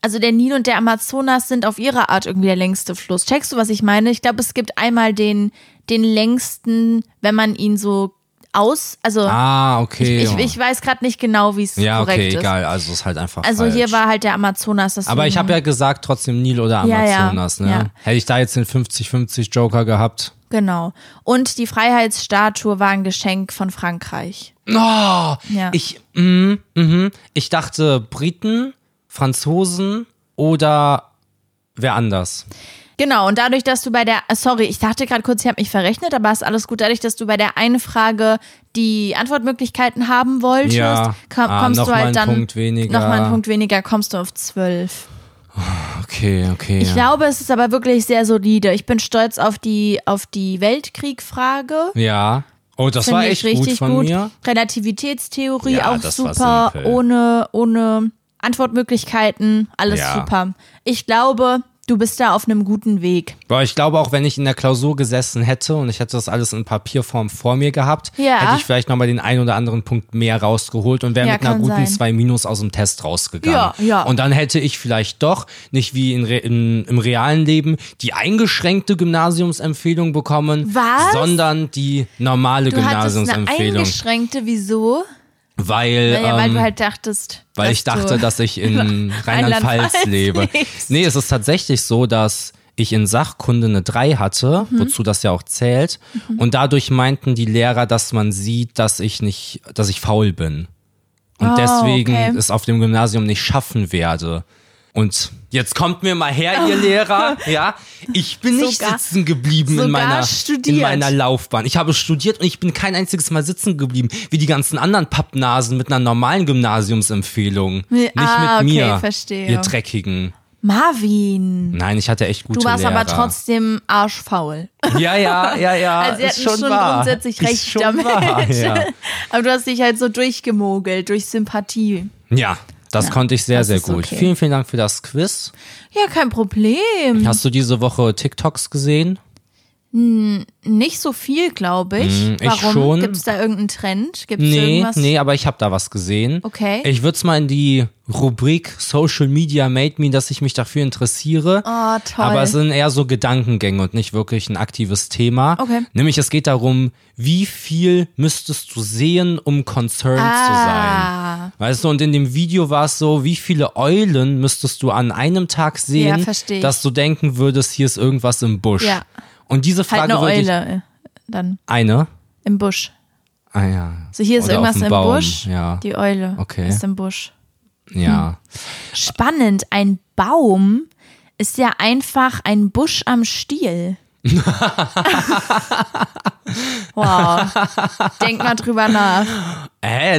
Also der Nil und der Amazonas sind auf ihre Art irgendwie der längste Fluss. Checkst du, was ich meine? Ich glaube, es gibt einmal den, den längsten, wenn man ihn so aus. Also
Ah, okay.
ich, ich weiß gerade nicht genau, wie es
ja,
korrekt
okay,
ist.
egal. Also ist halt einfach
Also
falsch.
hier war halt der Amazonas. Deswegen.
Aber ich habe ja gesagt, trotzdem Nil oder
Ja, ja,
Amazonas, ne?
ja.
Hätte ich da jetzt den 50-50 Joker gehabt.
Genau. Und die Freiheitsstatue war ein Geschenk von Frankreich.
Oh, ja.
Ja.
ich, mhm, mhm. ich dachte Briten, Franzosen oder wer anders.
Genau, und dadurch, dass du bei der, äh, sorry, ich dachte gerade kurz, ich habe mich verrechnet, aber ist alles gut. Dadurch, dass du bei der einen Frage die Antwortmöglichkeiten haben wolltest,
Ja.
komm,
Ah,
kommst
noch
du halt
mal einen
dann
Punkt weniger.
nochmal einen Punkt weniger, kommst du auf zwölf.
Okay, okay.
Ich glaube, es ist aber wirklich sehr solide. Ich bin stolz auf die, auf die Weltkrieg-Frage.
ja. Oh, das
Finde
war
ich
echt gut
richtig
von
gut.
mir.
Relativitätstheorie
Ja,
auch
das war
super,
simpel.
ohne, ohne Antwortmöglichkeiten, alles
Ja.
super. Ich glaube, du bist da auf einem guten Weg.
Boah, ich glaube auch, wenn ich in der Klausur gesessen hätte und ich hätte das alles in Papierform vor mir gehabt,
Ja.
hätte ich vielleicht nochmal den einen oder anderen Punkt mehr rausgeholt und wäre
Ja,
mit einer
kann
guten
sein.
zwei Minus aus dem Test rausgegangen.
Ja, ja.
Und dann hätte ich vielleicht doch, nicht wie in, Re- in, im realen Leben, die eingeschränkte Gymnasiumsempfehlung bekommen,
Was?
sondern die normale
Du hattest eine
Gymnasiumsempfehlung.
eingeschränkte, wieso?
Weil,
Naja, weil
ähm,
du halt dachtest.
weil
dass
ich dachte,
du,
dass ich in Rheinland-Pfalz
Rheinland-Pfalz
lebe.
lebst.
Nee, es ist tatsächlich so, dass ich in Sachkunde eine 3 hatte,
Mhm.
wozu das ja auch zählt. Und dadurch meinten die Lehrer, dass man sieht, dass ich nicht, dass ich faul bin. Und
Oh,
deswegen
okay.
es auf dem Gymnasium nicht schaffen werde. Und jetzt kommt mir mal her, ihr Lehrer. Ja, ich bin nicht
Sogar-
sitzen geblieben in
sogar
meiner, in
studiert.
meiner Laufbahn. Ich habe studiert und ich bin kein einziges Mal sitzen geblieben, wie die ganzen anderen Pappnasen mit einer normalen Gymnasiumsempfehlung.
Nee,
nicht
ah,
mit mir,
okay, verstehe.
ihr Dreckigen.
Marvin.
Nein, ich hatte echt gute
Du warst
Lehrer.
aber trotzdem arschfaul.
Ja, ja, ja, ja.
Also sie
ist
hatten
schon,
schon,
wahr.
grundsätzlich
Ist
recht
schon
damit.
Wahr, ja.
Aber du hast dich halt so durchgemogelt, durch Sympathie.
ja, das
Ja,
konnte ich sehr,
das
sehr
ist
gut.
okay.
Vielen, vielen Dank für das Quiz.
Ja, kein Problem.
Hast du diese Woche TikToks gesehen?
Nicht so viel, glaube ich.
Hm, ich
Warum?
schon.
Gibt es da irgendeinen Trend? Gibt es
Nee,
irgendwas?
nee, aber ich habe da was gesehen.
Okay.
Ich würde es mal in die Rubrik Social Media Made Me, dass ich mich dafür interessiere.
Oh, toll.
Aber es sind eher so Gedankengänge und nicht wirklich ein aktives Thema.
Okay.
Nämlich es geht darum, wie viel müsstest du sehen, um concerned zu
Ah.
sein. Weißt du, und in dem Video war es so, wie viele Eulen müsstest du an einem Tag sehen,
versteh ich.
dass du denken würdest, hier ist irgendwas im Busch.
Ja.
Und diese
halt
Frage
eine
würde ich.
Eule äh, dann
Eine?
im Busch.
Ah ja.
So hier ist
Oder auf
irgendwas
dem
im
Baum.
Busch. Hm.
Ja.
Die Eule
Okay.
ist im Busch.
ja.
Spannend, ein Baum ist ja einfach ein Busch am Stiel. wow. Denk mal drüber nach.
Äh,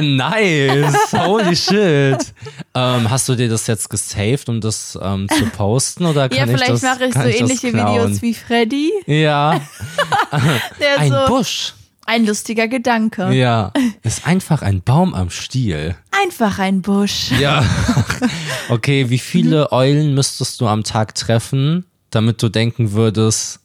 nice. Holy shit. ähm, hast du dir das jetzt gesaved, um das ähm, zu posten? Oder
Ja,
kann ich das,
vielleicht mache ich so
kann das
ähnliche
klauen?
Videos wie Also Freddy.
Ja,
Der
ein
so
Busch.
ein lustiger Gedanke.
Ja, ist einfach ein Baum am Stiel.
Einfach ein Busch.
Ja. okay, wie viele Eulen müsstest du am Tag treffen, damit du denken würdest,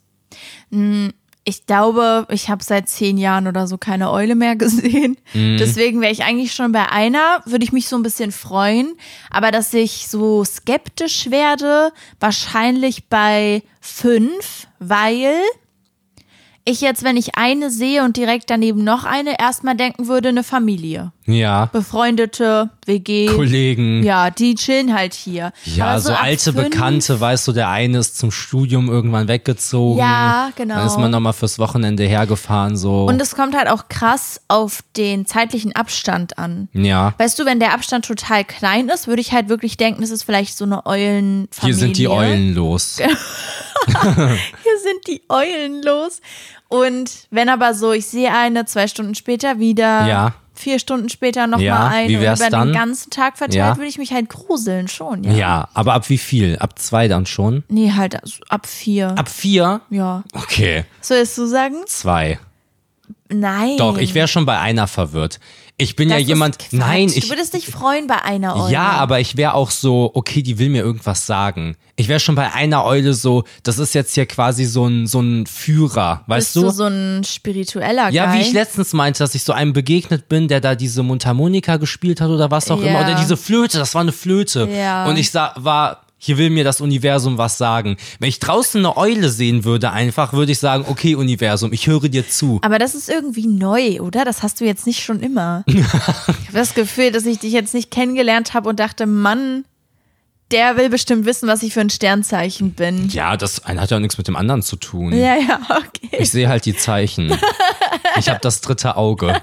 Ich glaube, ich habe seit zehn Jahren oder so keine Eule mehr gesehen.
Mhm.
Deswegen wäre ich eigentlich schon bei einer, würde ich mich so ein bisschen freuen. Aber dass ich so skeptisch werde, wahrscheinlich bei fünf, weil ich jetzt, wenn ich eine sehe und direkt daneben noch eine, erstmal denken würde, eine Familie.
ja,
Befreundete, WG.
Kollegen,
Ja, die chillen halt hier.
Ja,
Aber
so,
ab
alte
fünf-
Bekannte, weißt du, der eine ist zum Studium irgendwann weggezogen.
Ja, genau.
Dann ist man nochmal fürs Wochenende hergefahren, so.
Und es kommt halt auch krass auf den zeitlichen Abstand an.
ja.
Weißt du, wenn der Abstand total klein ist, würde ich halt wirklich denken, das ist vielleicht so eine Eulenfamilie.
Hier sind die Eulen los.
Genau. Hier sind die Eulen los. Und wenn aber so, ich sehe eine, zwei Stunden später wieder,
Ja.
vier Stunden später nochmal
Ja,
eine,
wie
und
wär's
über
dann?
den ganzen Tag verteilt,
Ja.
würde ich mich halt gruseln schon. Ja.
Ja, aber ab wie viel? Ab zwei dann schon?
Nee, halt also ab vier.
Ab vier?
ja.
Okay,
Sollst du sagen?
zwei.
Nein.
Doch, ich wäre schon bei einer verwirrt. Ich bin
Das
ja
ist
jemand.
Quatsch.
Nein,
Du
ich.
würdest dich freuen bei einer Eule.
Ja, aber ich wäre auch so, okay, die will mir irgendwas sagen. Ich wäre schon bei einer Eule so, das ist jetzt hier quasi so ein, so ein Führer, weißt
Bist du so ein spiritueller
Ja,
Guy?
wie ich letztens meinte, dass ich so einem begegnet bin, der da diese Mundharmonika gespielt hat oder was auch
Ja.
immer. Oder diese Flöte, das war eine Flöte.
Ja.
Und ich sa war, hier will mir das Universum was sagen. Wenn ich draußen eine Eule sehen würde, einfach, würde ich sagen, okay, Universum, ich höre dir zu.
Aber das ist irgendwie neu, oder? Das hast du jetzt nicht schon immer. ich habe das Gefühl, dass ich dich jetzt nicht kennengelernt habe und dachte, Mann, der will bestimmt wissen, was ich für ein Sternzeichen bin.
Ja, das eine hat ja auch nichts mit dem anderen zu tun.
Ja, ja, okay.
Ich sehe halt die Zeichen. Ich habe das dritte Auge.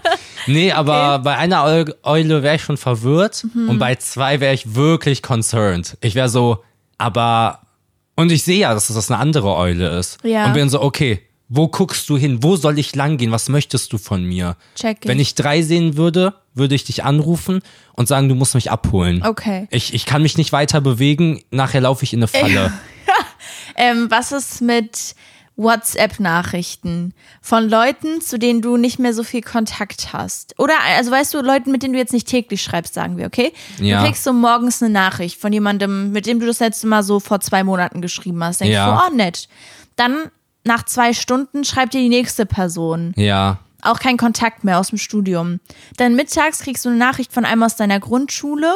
Nee, aber bei einer Eu- Eule wäre ich schon verwirrt
Mhm.
und bei zwei wäre ich wirklich concerned. Ich wäre so, aber und ich sehe ja, dass das eine andere Eule ist
Ja.
und bin so, okay, wo guckst du hin? Wo soll ich langgehen? Was möchtest du von mir?
Check ich.
Wenn ich drei sehen würde, würde ich dich anrufen und sagen, du musst mich abholen.
Okay.
Ich, ich kann mich nicht weiter bewegen, nachher laufe ich in eine Falle.
Ähm, was ist mit WhatsApp-Nachrichten von Leuten, zu denen du nicht mehr so viel Kontakt hast? Oder, also weißt du, Leuten, mit denen du jetzt nicht täglich schreibst, sagen wir, okay?
Ja.
Du kriegst so morgens eine Nachricht von jemandem, mit dem du das letzte Mal so vor zwei Monaten geschrieben hast. Denkst
Ja.
du, oh, nett. Dann nach zwei Stunden schreibt dir die nächste Person.
ja.
Auch kein Kontakt mehr aus dem Studium. Dann mittags kriegst du eine Nachricht von einem aus deiner Grundschule.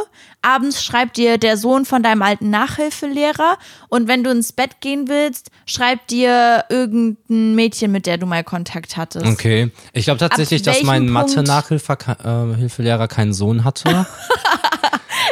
Abends schreibt dir der Sohn von deinem alten Nachhilfelehrer. Und wenn du ins Bett gehen willst, schreibt dir irgendein Mädchen, mit der du mal Kontakt hattest.
Okay. Ich glaube tatsächlich, dass
welchem
mein
Punkt-
Mathe-Nachhilfelehrer keinen Sohn hatte.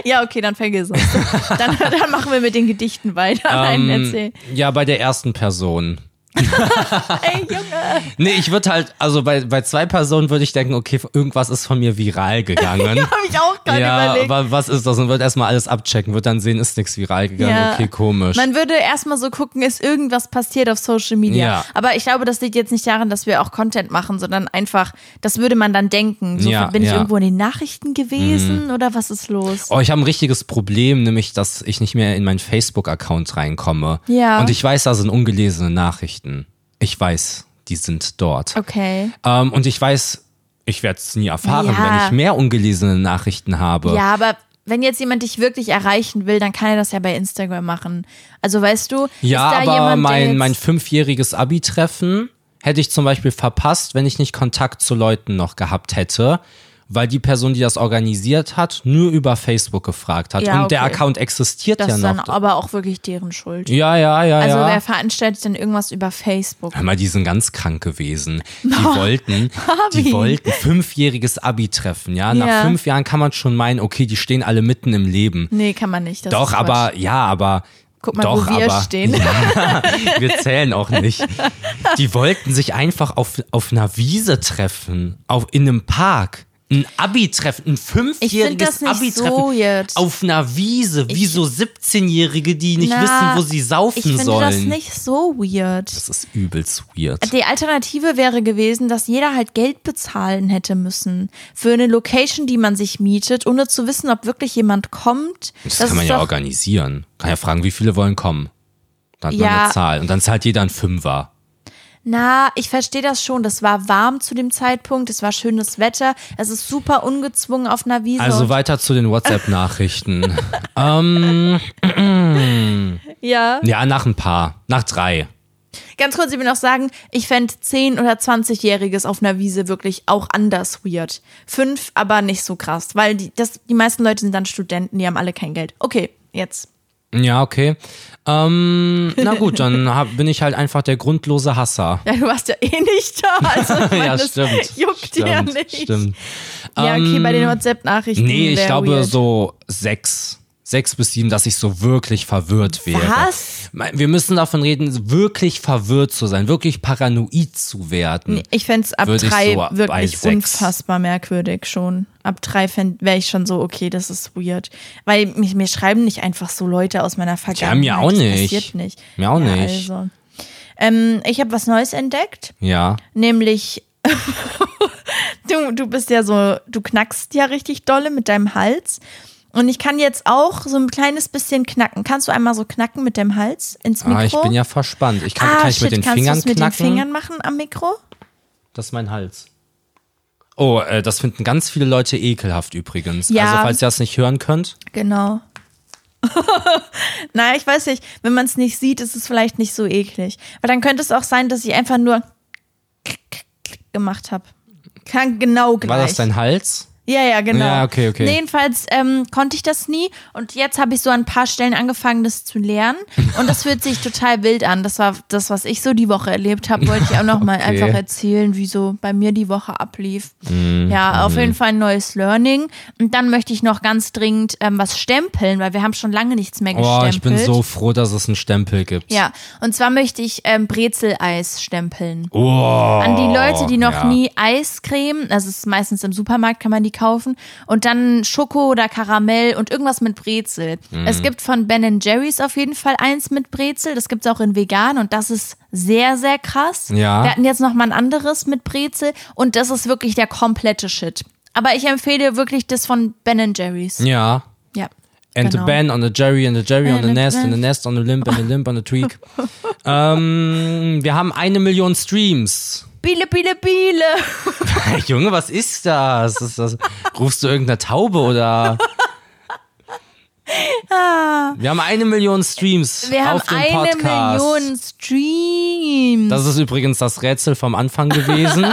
Ja, okay, dann vergiss es.
Ähm,
dann, dann machen wir mit den Gedichten weiter. Nein, erzähl.
Ja, bei der ersten Person.
Ey, Junge.
Nee, ich würde halt, also bei, bei zwei Personen würde ich denken, okay, irgendwas ist von mir viral gegangen.
Habe ich auch gerade
ja,
überlegt.
wa- was ist das? Und wird erstmal alles abchecken, wird dann sehen, ist nichts viral gegangen,
Ja.
okay, komisch.
Man würde erstmal so gucken, ist irgendwas passiert auf Social Media.
Ja.
Aber ich glaube, das liegt jetzt nicht daran, dass wir auch Content machen, sondern einfach, das würde man dann denken. So,
Ja,
bin ich
ja. Mhm.
irgendwo in den Nachrichten gewesen oder was ist los?
Oh, ich habe ein richtiges Problem, nämlich, dass ich nicht mehr in meinen Facebook-Account reinkomme.
Ja.
Und ich weiß, da sind ungelesene Nachrichten. Ich weiß, die sind dort.
Okay.
Ähm, und ich weiß, ich werde es nie erfahren,
Ja.
wenn ich mehr ungelesene Nachrichten habe.
Ja, aber wenn jetzt jemand dich wirklich erreichen will, dann kann er das ja bei Instagram machen. Also weißt du,
Ja,
ist da
aber
jemand, der
mein,
jetzt,
mein fünfjähriges Abi-Treffen hätte ich zum Beispiel verpasst, wenn ich nicht Kontakt zu Leuten noch gehabt hätte, weil die Person, die das organisiert hat, nur über Facebook gefragt hat.
Ja,
Und
okay.
der Account existiert
das
ja
ist dann
noch.
aber auch wirklich deren Schuld.
Ja, ja, ja,
Also
ja.
wer veranstaltet denn irgendwas über Facebook?
Hör mal, die sind ganz krank gewesen. Die wollten, die
Marvin.
wollten fünfjähriges Abi-Treffen, ja?
Ja.
Nach fünf Jahren kann man schon meinen, okay, die stehen alle mitten im Leben.
Nee, kann man nicht. Das
Doch,
ist Quatsch.
aber, ja, aber.
Guck mal,
doch,
wo wir
aber,
stehen.
Ja, wir zählen auch nicht. Die wollten sich einfach auf, auf einer Wiese treffen, auf, in einem Park. Ein Abi-Treffen, ein
das
fünfjähriges
nicht
Abi-Treffen
so jetzt.
auf einer Wiese, wie so 17-Jährige, die nicht
Na,
wissen, wo sie saufen
Ich finde
sollen.
das nicht so weird.
das ist übelst weird.
Die Alternative wäre gewesen, dass jeder halt Geld bezahlen hätte müssen für eine Location, die man sich mietet, ohne zu wissen, ob wirklich jemand kommt.
Das, kann man
ist
ja
doch-
organisieren. Kann ja fragen, wie viele wollen kommen. Dann hat man
Ja.
eine Zahl. Und dann zahlt jeder ein Fünfer.
Na, ich verstehe das schon. Das war warm zu dem Zeitpunkt. Es war schönes Wetter. Es ist super ungezwungen auf einer Wiese.
Also
und-
weiter zu den WhatsApp-Nachrichten.
ja.
ja, nach ein paar. Nach drei.
Ganz kurz, ich will noch sagen, ich fände 10- oder 20-Jähriges auf einer Wiese wirklich auch anders weird. Fünf, aber nicht so krass, weil die, das, die meisten Leute sind dann Studenten, die haben alle kein Geld. Okay, jetzt.
Ja, okay. Ähm, na gut, dann hab, bin ich halt einfach der grundlose Hasser.
Ja, du warst ja eh nicht da. Also ich meine,
ja,
das
stimmt.
juckt
stimmt,
ja nicht.
Stimmt. Ähm,
Ja, okay, bei den WhatsApp-Nachrichten.
Nee, ich
wär
glaube
weird.
so sechs. Sechs bis sieben, dass ich so wirklich verwirrt wäre.
Was?
Mein- Wir müssen davon reden, wirklich verwirrt zu sein, wirklich paranoid zu werden.
Ich fänd's ab
Würd ich
drei
so ab- bei
wirklich
sechs.
unfassbar merkwürdig schon. Ab drei wäre ich schon so, okay, das ist weird. Weil mich, mir schreiben nicht einfach so Leute aus meiner Vergangenheit.
mir auch
Das
nicht.
passiert nicht.
Mir auch
ja,
nicht.
Also. Ähm, ich habe was Neues entdeckt,
Ja.
nämlich du, du bist ja so, du knackst ja richtig dolle mit deinem Hals. Und ich kann jetzt auch so ein kleines bisschen knacken. Kannst du einmal so knacken mit dem Hals ins Mikro?
Ah, ich bin ja verspannt. Ich kann,
ah,
kann ich
shit,
mit den
kannst
Fingern
du's mit
knacken?
den Fingern machen am Mikro?
Das ist mein Hals. Oh, äh, das finden ganz viele Leute ekelhaft übrigens.
Ja.
Also falls ihr das nicht hören könnt.
Genau. naja, ich weiß nicht, wenn man es nicht sieht, ist es vielleicht nicht so eklig. Aber dann könnte es auch sein, dass ich einfach nur gemacht habe. Kann genau gleich.
War das dein Hals?
Ja, ja, genau.
Ja, okay, okay.
Nee, jedenfalls ähm, konnte ich das nie und jetzt habe ich so an ein paar Stellen angefangen, das zu lernen und das fühlt sich total wild an. Das war das, was ich so die Woche erlebt habe, wollte ich auch nochmal mal
Okay.
einfach erzählen, wie so bei mir die Woche ablief.
Mhm.
Ja, auf jeden Fall ein neues Learning und dann möchte ich noch ganz dringend ähm, was stempeln, weil wir haben schon lange nichts mehr
Oh,
gestempelt.
ich bin so froh, dass es einen Stempel gibt.
ja, und zwar möchte ich ähm, Brezeleis stempeln.
Oh,
An die Leute, die noch
ja.
nie Eiscreme, also es ist meistens im Supermarkt, kann man die kaufen. Und dann Schoko oder Karamell und irgendwas mit Brezel.
Mhm.
Es gibt von Ben Jerry's auf jeden Fall eins mit Brezel. Das gibt's auch in vegan und das ist sehr, sehr krass.
Ja.
Wir hatten jetzt noch mal ein anderes mit Brezel und das ist wirklich der komplette Shit. Aber ich empfehle wirklich das von Ben Jerry's.
Ja.
Ja.
Mhm. And
genau.
the Ben on the Jerry and the Jerry on
And
the
the
Nest and the
Ben.
Nest on the Limp and the Limp on the Tweak. ähm, wir haben eine Million Streams.
Biele, biele, biele.
Junge, was ist das? Ist das rufst du irgendeine Taube oder? Wir haben eine Million Streams
Ah. Wir haben
auf dem
eine
Podcast.
Million Streams.
Das ist übrigens das Rätsel vom Anfang gewesen.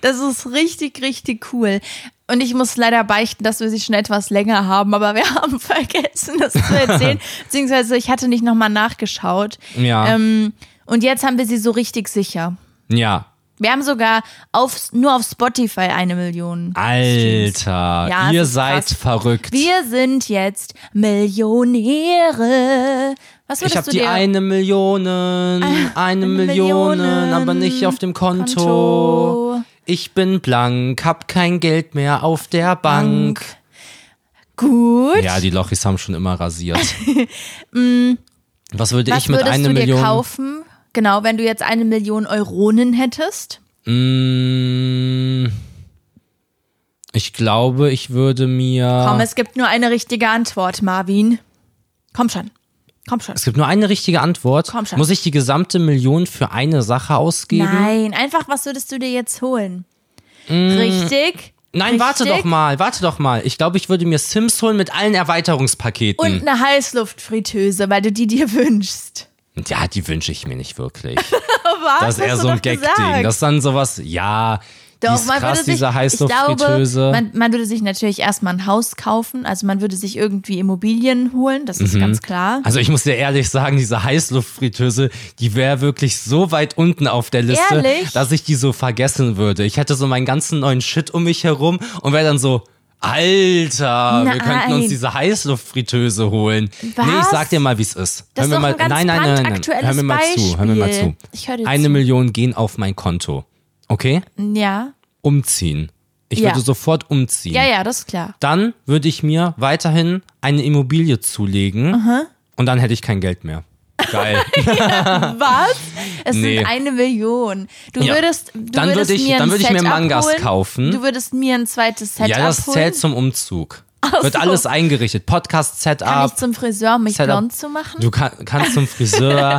Das ist richtig, richtig cool. Und ich muss leider beichten, dass wir sie schon etwas länger haben, aber wir haben vergessen, das zu erzählen. Beziehungsweise ich hatte nicht nochmal nachgeschaut.
Ja.
Ähm, und jetzt haben wir sie so richtig sicher.
ja.
Wir haben sogar auf, nur auf Spotify eine Million. Streams.
Alter,
Ja,
ihr
es ist
seid
krass.
verrückt.
Wir sind jetzt Millionäre. Was würdest
ich habe
du
die
dir
eine Millionen, eine Million,
Millionen
aber nicht auf dem Konto.
Konto.
Ich bin blank, hab kein Geld mehr auf der Bank.
gut?
Ja, die Lochis haben schon immer rasiert. Was würde
Mm. Was
ich mit
würdest
einer
du dir
Million?
kaufen? Genau, wenn du jetzt eine Million Euronen hättest.
Mm, Ich glaube, ich würde mir.
Komm, es gibt nur eine richtige Antwort, Marvin. Komm schon. Komm schon.
es gibt nur eine richtige Antwort.
Komm schon.
Muss ich die gesamte Million für eine Sache ausgeben?
Nein, einfach, was würdest du dir jetzt holen?
Mm.
Richtig?
Nein, warte
Richtig?
doch mal, warte doch mal. Ich glaube, ich würde mir Sims holen mit allen Erweiterungspaketen.
Und eine Heißluftfritteuse, weil du die dir wünschst.
ja, die wünsche ich mir nicht wirklich.
Was?
Das ist eher
Hast
so
du
ein
doch gesagt.
Gag-Ding. Das ist dann sowas, ja, die
Doch,
ist
man
krass,
würde sich,
diese
ich glaube,
Heißluftfritteuse.
man, man würde sich natürlich erstmal ein Haus kaufen. Also man würde sich irgendwie Immobilien holen, das ist ganz klar.
Also ich muss dir ehrlich sagen, diese Heißluftfritteuse, die wäre wirklich so weit unten auf der Liste,
Ehrlich?
dass ich die so vergessen würde. Ich hätte so meinen ganzen neuen Shit um mich herum und wäre dann so, Alter, wir
Nein.
könnten uns diese Heißluftfritteuse holen. Nee, ich
Was?
sag dir mal, wie es ist.
Das ist
mir
doch
mal,
ein ganz
nein, nein, nein, nein, nein.
brandaktuelles
Hör mir mal zu, hör mir mal zu.
Beispiel. Ich hör dir
Eine
zu.
Million gehen auf mein Konto. Okay?
Ja.
Umziehen. Ich
Ja.
würde sofort umziehen.
Ja, ja, das ist klar.
dann würde ich mir weiterhin eine Immobilie zulegen und dann hätte ich kein Geld mehr. Geil.
Was? Es
Mhm. Nee.
sind eine Million. Du
Ja.
würdest, du
Dann würd
würdest
ich-
mir
dann
ein
würd ich mir
Set
Mangas
abholen.
kaufen.
Du würdest mir ein zweites Set
Hm? ja, das
abholen.
zählt zum Umzug. Wird
so.
alles eingerichtet.
Kann ich
Podcast-Setup.
zum Friseur, um mich
Setup.
blond zu machen?
Du kann, kannst zum Friseur.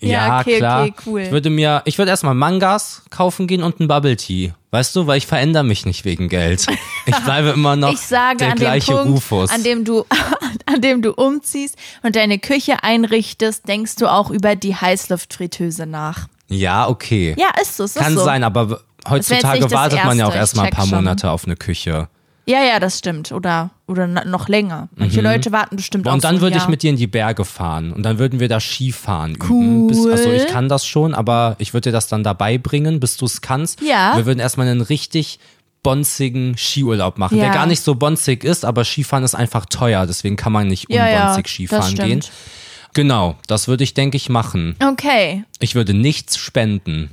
ja,
okay,
klar.
okay, cool.
Ich würde mir, ich würde erstmal Mangas kaufen gehen und ein Bubble Tea. Weißt du, weil ich verändere mich nicht wegen Geld. Ich bleibe immer noch
ich sage
der
an dem
gleiche
Punkt,
Rufus.
an dem du an dem du umziehst und deine Küche einrichtest, denkst du auch über die Heißluftfritteuse nach.
ja, okay.
Ja, ist so, ist
Kann
so.
sein, aber
nicht
heutzutage
das
wartet man ja auch
Erste, ich
erstmal ein
check
paar
schon.
Monate auf eine Küche.
Ja, ja, das stimmt oder oder na- noch länger. Manche Leute warten bestimmt auch
Mhm. Und dann
so ein
würde ich
Jahr.
mit dir in die Berge fahren und dann würden wir da Skifahren üben. Bis, also ich kann das schon, aber ich würde dir das dann dabei bringen, bis du es kannst.
Ja.
Wir würden erstmal einen richtig bonzigen Skiurlaub machen, der
Ja.
gar nicht so bonzig ist, aber Skifahren ist einfach teuer, deswegen kann man nicht
Ja,
unbonzig
ja, das
Skifahren
stimmt.
gehen. Genau, das würde ich, denke ich, machen.
Okay.
Ich würde nichts spenden.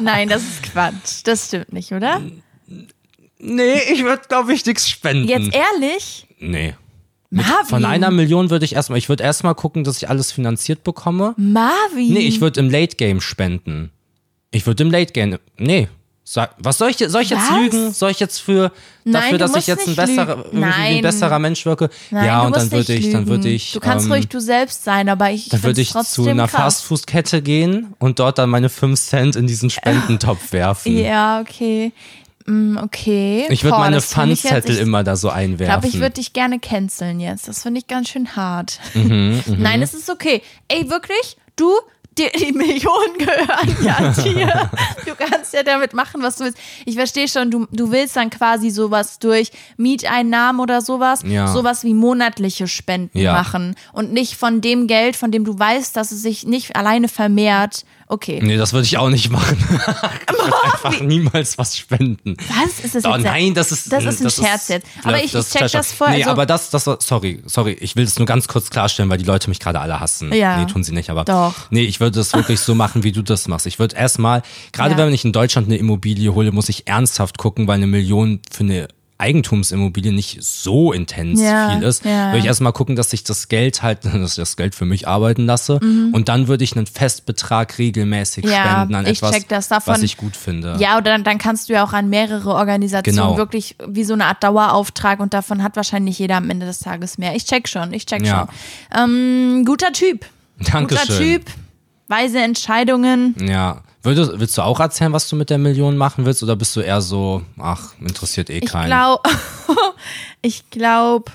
Nein, das ist Quatsch. Das stimmt nicht, oder?
Nee, ich würde, glaube ich, nichts spenden.
Jetzt ehrlich?
nee.
Marvin.
Von einer Million würde ich erstmal, ich würde erstmal gucken, dass ich alles finanziert bekomme.
Marvin.
Nee, ich würde im Late Game spenden. Ich würde im Late Game. Nee. Sag, was soll ich, soll ich jetzt
Was?
lügen? Soll ich jetzt für
Nein,
dafür,
du
dass ich
musst
jetzt ein
nicht
besserer,
lügen.
irgendwie wie ein
Nein.
besserer Mensch wirke?
Nein,
ja,
du
und
musst
dann würde
nicht
ich, dann würde
lügen.
ich,
Du kannst
ähm,
ruhig du selbst sein, aber ich
dann würde
find's
ich
trotzdem
zu einer
krass.
Fastfood-Kette gehen und dort dann meine 5 Cent in diesen Spendentopf werfen.
Ja, okay. Mm, okay.
Ich würde
Boah,
meine
das find ich jetzt-
Pfandzettel
ich-
immer da so einwerfen.
glaube, ich würde dich gerne canceln jetzt. Das finde ich ganz schön hart.
Mhm,
Nein, es ist okay. Ey, wirklich? Du, die, die Millionen gehören ja dir. Du kannst ja damit machen, was du willst. Ich verstehe schon, du, du willst dann quasi sowas durch Mieteinnahmen oder sowas,
Ja.
sowas wie monatliche Spenden
Ja.
machen und nicht von dem Geld, von dem du weißt, dass es sich nicht alleine vermehrt. Okay.
nee, das würde ich auch nicht machen. ich würde einfach niemals was spenden.
Was ist das
Oh
jetzt?
nein, das ist
Das ist ein Scherz jetzt. Aber ich- ich check
Scherz.
das voll,
Nee,
also-
aber das, das war, sorry, sorry, ich will es nur ganz kurz klarstellen, weil die Leute mich gerade alle hassen.
Ja.
Nee, tun sie nicht, aber.
Doch.
Nee, ich würde das wirklich so machen, wie du das machst. Ich würde erstmal, gerade
Ja.
wenn ich in Deutschland eine Immobilie hole, muss ich ernsthaft gucken, weil eine Million für eine Eigentumsimmobilie nicht so intens
Ja,
viel ist.
ja.
Würde ich erstmal gucken, dass ich das Geld halt, dass ich das Geld für mich arbeiten lasse. Und dann würde ich einen Festbetrag regelmäßig
Mhm. Ja,
spenden an
ich
etwas,
check das davon.
was ich gut finde.
Ja, oder dann, dann kannst du ja auch an mehrere Organisationen
Genau.
wirklich wie so eine Art Dauerauftrag und davon hat wahrscheinlich jeder am Ende des Tages mehr. Ich check schon, ich check
Ja.
schon. Ähm, guter Typ.
Dankeschön.
Guter Typ, weise Entscheidungen.
Ja. Würdest, willst du auch erzählen, was du mit der Million machen willst? Oder bist du eher so, ach, interessiert eh
Ich
keinen?
glaube, ich glaube,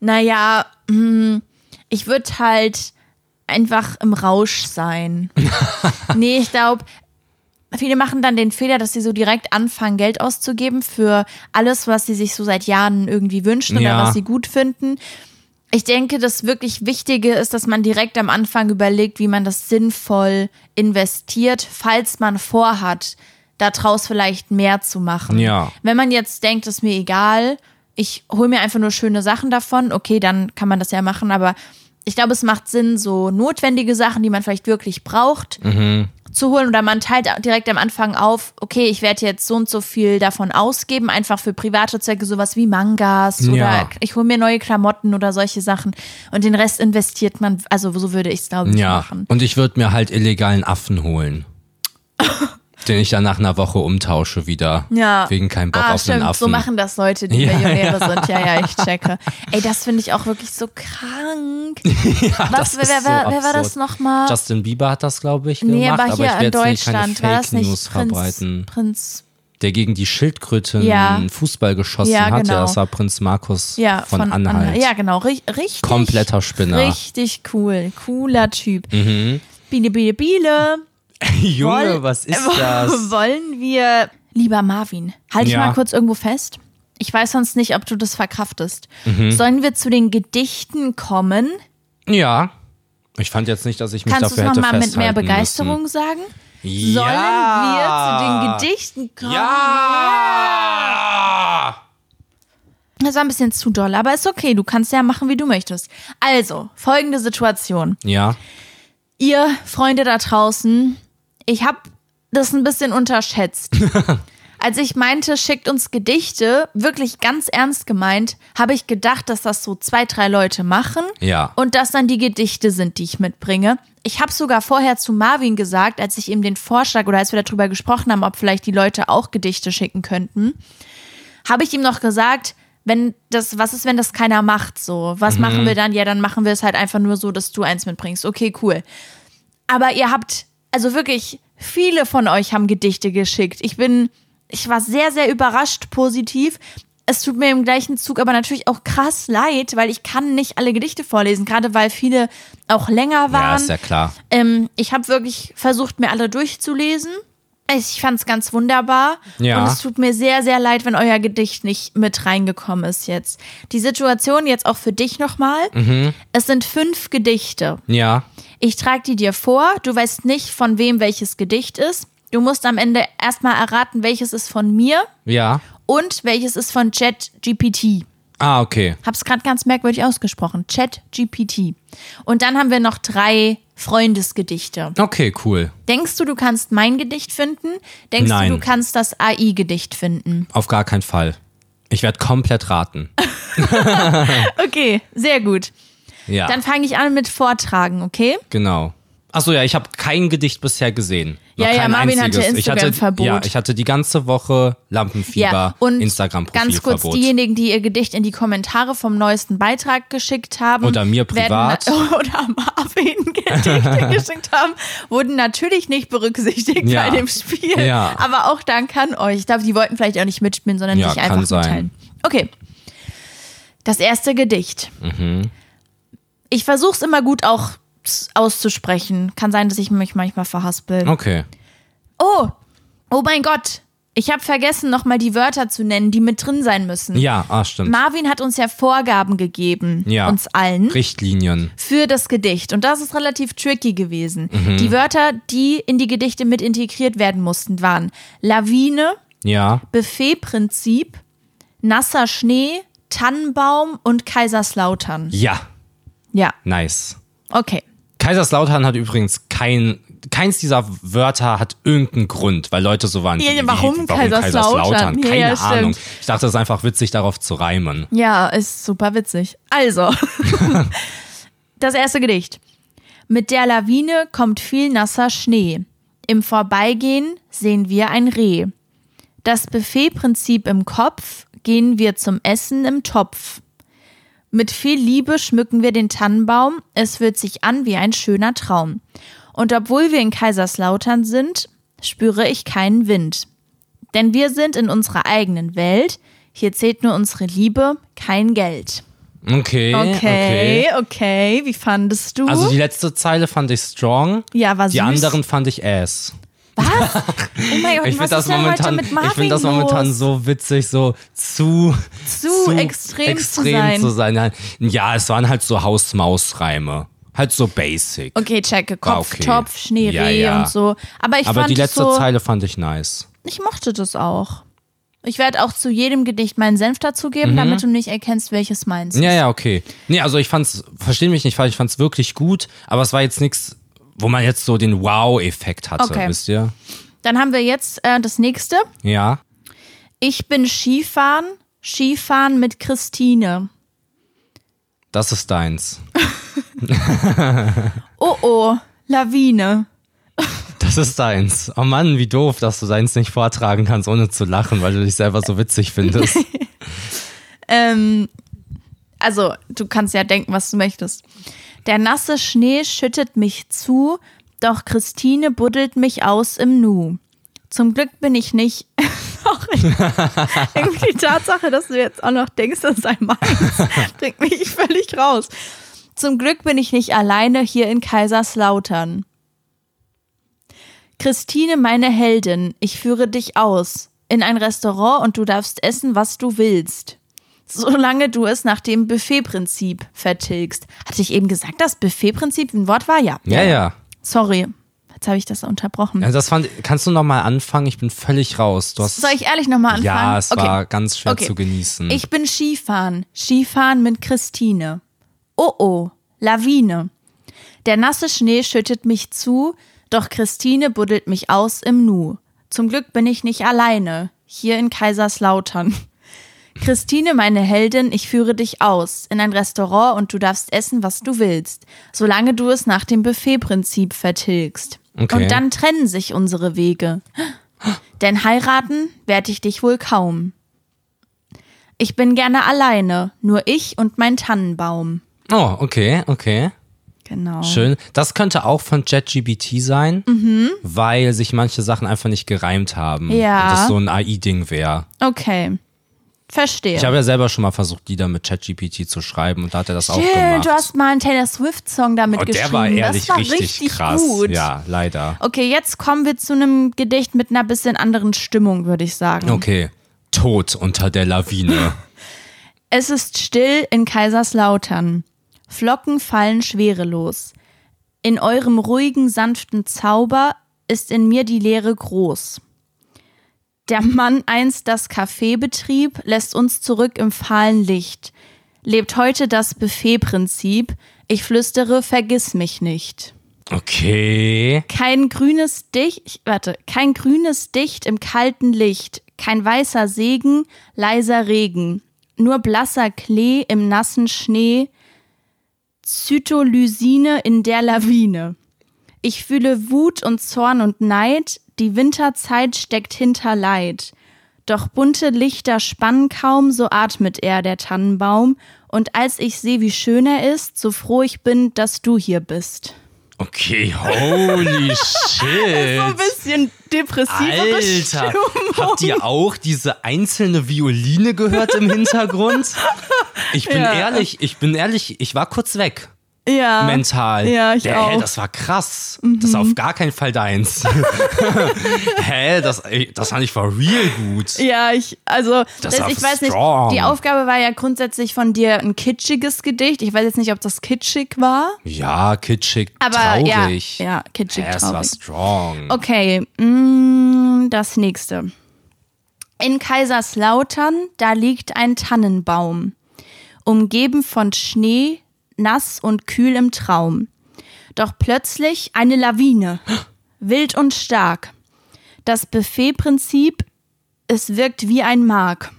naja, hm, ich würde halt einfach im Rausch sein. nee, ich glaube, viele machen dann den Fehler, dass sie so direkt anfangen, Geld auszugeben für alles, was sie sich so seit Jahren irgendwie wünschen oder
Ja.
was sie gut finden. Ich denke, das wirklich Wichtige ist, dass man direkt am Anfang überlegt, wie man das sinnvoll investiert, falls man vorhat, daraus vielleicht mehr zu machen.
Ja.
Wenn man jetzt denkt, ist mir egal, ich hole mir einfach nur schöne Sachen davon, okay, dann kann man das ja machen, aber ich glaube, es macht Sinn, so notwendige Sachen, die man vielleicht wirklich braucht, zu holen oder man teilt direkt am Anfang auf, okay, ich werde jetzt so und so viel davon ausgeben, einfach für private Zwecke, sowas wie Mangas
Ja.
oder ich hole mir neue Klamotten oder solche Sachen und den Rest investiert man, also so würde ich es glaube ich
Ja.
machen.
Und ich würde mir halt illegalen Affen holen. den ich dann nach einer Woche umtausche wieder.
Ja.
Wegen keinem Bock
ah,
auf
stimmt.
einen Affen.
So machen das Leute, die
Ja,
Millionäre sind. Ja, ja, ich checke. Ey, das finde ich auch wirklich so krank. Was,
das
wer,
ist
wer, wer, wer
so
war
absurd.
das nochmal?
Justin Bieber hat das, glaube ich,
Nee,
gemacht,
war hier
aber ich
in
werde jetzt nicht keine
Deutschland. War
Fake
das nicht
News
Prinz,
verbreiten.
Prinz
der gegen die Schildkröten
Ja.
Fußball geschossen
Ja,
hatte.
genau.
Das war Prinz Markus
ja,
von, Anhalt.
Ja, genau. Ri richtig.
Kompletter Spinner. Mhm.
Richtig cool. Cooler Typ. Biele, biele, biele.
Junge, was ist das?
Wollen wir. Lieber Marvin, halte ich
Ja.
mal kurz irgendwo fest. Ich weiß sonst nicht, ob du das verkraftest.
Mhm.
Sollen wir zu den Gedichten kommen?
Ja. Ich fand jetzt nicht, dass ich mich
Kannst du es
dafür hätte
nochmal mit mehr
festhalten
Begeisterung sagen?
Müssen.
Sollen
ja.
wir zu den Gedichten kommen?
Ja!
Das war ein bisschen zu doll, aber ist okay. Du kannst ja machen, wie du möchtest. Also, folgende Situation.
Ja.
Ihr Freunde da draußen, ich habe das ein bisschen unterschätzt. Als ich meinte, schickt uns Gedichte, wirklich ganz ernst gemeint, habe ich gedacht, dass das so zwei, drei Leute machen
Ja.
und dass dann die Gedichte sind, die ich mitbringe. Ich habe sogar vorher zu Marvin gesagt, als ich ihm den Vorschlag oder als wir darüber gesprochen haben, ob vielleicht die Leute auch Gedichte schicken könnten, habe ich ihm noch gesagt, wenn das, was ist, wenn das keiner macht so? Was
Mhm.
machen wir dann? Ja, dann machen wir es halt einfach nur so, dass du eins mitbringst. Okay, cool. Aber ihr habt, also wirklich, viele von euch haben Gedichte geschickt. Ich bin, ich war sehr, sehr überrascht positiv. Es tut mir im gleichen Zug aber natürlich auch krass leid, weil ich kann nicht alle Gedichte vorlesen, gerade weil viele auch länger
Ja,
waren.
ist ja klar.
Ähm, ich habe wirklich versucht, mir alle durchzulesen. Ich fand es ganz wunderbar.
Ja.
Und es tut mir sehr, sehr leid, wenn euer Gedicht nicht mit reingekommen ist jetzt. Die Situation jetzt auch für dich nochmal. Es sind fünf Gedichte.
Ja.
Ich trage die dir vor. Du weißt nicht, von wem welches Gedicht ist. Du musst am Ende erstmal erraten, welches ist von mir
Ja.
und welches ist von ChatGPT.
Ah, okay.
Hab's gerade ganz merkwürdig ausgesprochen. ChatGPT. Und dann haben wir noch drei Freundesgedichte.
Okay, cool.
Denkst du, du kannst mein Gedicht finden? Denkst
Nein.
du, du kannst das AI-Gedicht finden?
Auf gar keinen Fall. Ich werde komplett raten.
Okay, sehr gut.
Ja.
Dann fange ich an mit Vortragen, okay?
Genau. Achso, ja, ich habe kein Gedicht bisher gesehen. Noch
Ja, ja,
kein
Marvin hatte
einziges. ich hatte,
Instagram-Verbot.
Ja, ich hatte die ganze Woche Lampenfieber,
und ganz kurz
Instagram-Profilverbot.
diejenigen, die ihr Gedicht in die Kommentare vom neuesten Beitrag geschickt haben.
Oder mir privat.
Werden, oder Marvin Gedichte geschickt haben, wurden natürlich nicht berücksichtigt
Ja.
bei dem Spiel.
Ja.
Aber auch dank an euch. Ich glaube, die wollten vielleicht auch nicht mitspielen, sondern
Ja,
sich
kann
einfach
sein.
mitteilen. Okay. Das erste Gedicht.
Mhm.
Ich versuche es immer gut auch auszusprechen. Kann sein, dass ich mich manchmal verhaspel.
Okay.
Oh, oh mein Gott. Ich habe vergessen, nochmal die Wörter zu nennen, die mit drin sein müssen.
Ja, ah, stimmt.
Marvin hat uns ja Vorgaben gegeben,
Ja.
uns allen,
Richtlinien.
für das Gedicht. Und das ist relativ tricky gewesen.
Mhm.
Die Wörter, die in die Gedichte mit integriert werden mussten, waren Lawine,
Ja.
Buffetprinzip, nasser Schnee, Tannenbaum und Kaiserslautern.
Ja.
Ja,
Nice.
okay.
Kaiserslautern hat übrigens kein. Keins dieser Wörter hat irgendeinen Grund, weil Leute so waren.
Ja, ja,
wie,
warum Kaiserslautern? Ja,
Keine
ja, stimmt.
Ahnung. Ich dachte, es ist einfach witzig, darauf zu reimen.
Ja, ist super witzig. Also, das erste Gedicht. Mit der Lawine kommt viel nasser Schnee. Im Vorbeigehen sehen wir ein Reh. Das Buffetprinzip im Kopf gehen wir zum Essen im Topf. Mit viel Liebe schmücken wir den Tannenbaum, es fühlt sich an wie ein schöner Traum. Und obwohl wir in Kaiserslautern sind, spüre ich keinen Wind. Denn wir sind in unserer eigenen Welt. Hier zählt nur unsere Liebe, kein Geld.
Okay.
Okay, okay. Wie fandest du?
Also die letzte Zeile fand ich strong.
ja, war
Die
süß.
anderen fand ich ass.
Was? Oh mein Gott,
Ich
was
finde das,
ist denn heute
momentan-
mit
ich
Marvin
find das momentan
los?
so witzig, so zu,
Zu extrem zu sein.
zu sein. Ja, Ja, es waren halt so Hausmausreime. Halt so basic.
Okay, checke.
War
Kopftopf,
okay.
Schneereh
Ja, ja.
und so. Aber ich
Aber
fand
die letzte
so,
Zeile fand ich nice.
ich mochte das auch. Ich werde auch zu jedem Gedicht meinen Senf dazugeben, damit du nicht erkennst, welches meins ist.
Mhm. Ja, ja, okay. Nee, also ich fand's, versteh mich nicht falsch, ich fand's wirklich gut, aber es war jetzt nichts, wo man jetzt so den Wow-Effekt hatte,
Okay.
wisst ihr?
Dann haben wir jetzt äh, das nächste.
Ja.
Ich bin Skifahren, Skifahren mit Christine.
Das ist deins.
Oh oh, Lawine.
Das ist deins. Oh Mann, wie doof, dass du deins nicht vortragen kannst, ohne zu lachen, weil du dich selber so witzig findest.
Ähm, also, du kannst ja denken, was du möchtest. Der nasse Schnee schüttet mich zu, doch Christine buddelt mich aus im Nu. Zum Glück bin ich nicht. Sorry. Irgendwie die Tatsache, dass du jetzt auch noch denkst, das sei meins, bringt mich völlig raus. Zum Glück bin ich nicht alleine hier in Kaiserslautern. Christine, meine Heldin, ich führe dich aus in ein Restaurant und du darfst essen, was du willst. Solange du es nach dem Buffet-Prinzip vertilgst. Hatte ich eben gesagt, das Buffet-Prinzip ein Wort war? Ja.
Ja, ja.
Sorry, jetzt habe ich das unterbrochen.
ja das fand, kannst du nochmal anfangen? Ich bin völlig raus. Du hast,
Soll ich ehrlich nochmal anfangen?
ja, es
okay.
war ganz schwer
Okay.
zu genießen.
Ich bin Skifahren. Skifahren mit Christine. Oh oh, Lawine. Der nasse Schnee schüttet mich zu, doch Christine buddelt mich aus im Nu. Zum Glück bin ich nicht alleine, hier in Kaiserslautern. Christine, meine Heldin, ich führe dich aus in ein Restaurant und du darfst essen, was du willst, solange du es nach dem Buffet-Prinzip vertilgst.
Okay.
Und dann trennen sich unsere Wege. Denn heiraten werde ich dich wohl kaum. Ich bin gerne alleine, nur ich und mein Tannenbaum.
oh, okay, okay.
Genau.
Schön. Das könnte auch von ChatGBT sein, weil sich manche Sachen einfach nicht gereimt haben.
Ja.
Und das so ein AI-Ding wäre.
Okay. Verstehe.
Ich habe ja selber schon mal versucht, Lieder mit ChatGPT zu schreiben und da hat er das auch
Schön,
gemacht.
du hast mal einen Taylor Swift-Song damit
und
geschrieben.
der war ehrlich
das war
richtig,
richtig,
krass.
gut.
Ja, leider.
Okay, jetzt kommen wir zu einem Gedicht mit einer bisschen anderen Stimmung, würde ich sagen.
Okay. Tod unter der Lawine.
Es ist still in Kaiserslautern. Flocken fallen schwerelos. In eurem ruhigen, sanften Zauber ist in mir die Leere groß. Der Mann einst das Café betrieb, lässt uns zurück im fahlen Licht. Lebt heute das Buffet-Prinzip, ich flüstere, vergiss mich nicht.
Okay.
Kein grünes Dicht, warte, kein grünes Dicht im kalten Licht, kein weißer Segen, leiser Regen, nur blasser Klee im nassen Schnee, Zytolysine in der Lawine. Ich fühle Wut und Zorn und Neid, die Winterzeit steckt hinter Leid. Doch bunte Lichter spannen kaum, so atmet er, der Tannenbaum, und als ich seh, wie schön er ist, so froh ich bin, dass du hier bist.
Okay, holy shit.
so ein bisschen depressive
Alter,
Stimmung.
habt ihr auch diese einzelne Violine gehört im Hintergrund? Ich bin
Ja.
ehrlich, ich bin ehrlich, ich war kurz weg.
Ja.
Mental.
Ja, ich
Hä,
auch. Mhm.
das war krass. Das ist auf gar keinen Fall deins. Hä, das, ey, das fand ich for real gut.
Ja, ich, also,
Das
das
war
ich weiß nicht,
strong.
die Aufgabe war ja grundsätzlich von dir ein kitschiges Gedicht. Ich weiß jetzt nicht, ob das kitschig war,
Ja, kitschig,
aber
traurig.
ja, ja, kitschig,
Hä, es war
traurig.
strong.
Okay, mm, das nächste. In Kaiserslautern, da liegt ein Tannenbaum, umgeben von Schnee, nass und kühl im Traum. Doch plötzlich eine Lawine, wild und stark. Das Buffet-Prinzip, es wirkt wie ein Mark.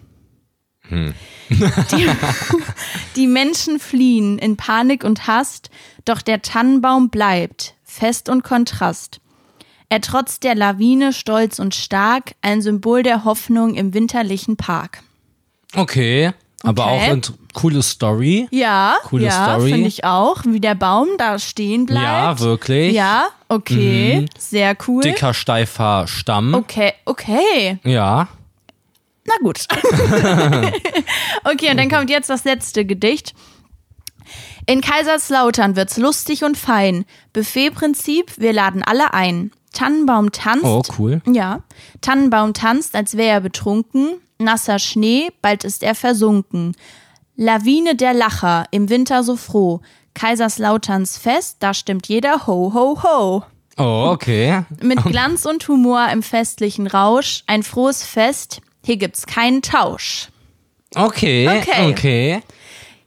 Die, die Menschen fliehen in Panik und Hast, doch der Tannenbaum bleibt, fest und Kontrast. Er trotz der Lawine stolz und stark, ein Symbol der Hoffnung im winterlichen Park.
Okay, aber
Okay.
auch eine coole Story.
Ja,
Coole
ja,
Story.
finde ich auch, wie der Baum da stehen bleibt.
Ja, wirklich. Mhm.
Ja, okay, sehr cool.
Dicker, steifer Stamm.
Okay, okay,
Ja.
na gut. okay, und dann kommt jetzt das letzte Gedicht. In Kaiserslautern wird's lustig und fein. Buffetprinzip, wir laden alle ein. Tannenbaum tanzt.
Oh, cool.
Ja. Tannenbaum tanzt, als wäre er betrunken. Nasser Schnee, bald ist er versunken. Lawine der Lacher, im Winter so froh. Kaiserslauterns Fest, da stimmt jeder ho, ho, ho.
Oh, okay.
Mit Glanz und Humor im festlichen Rausch, ein frohes Fest, hier gibt's keinen Tausch.
Okay.
Okay.
Okay.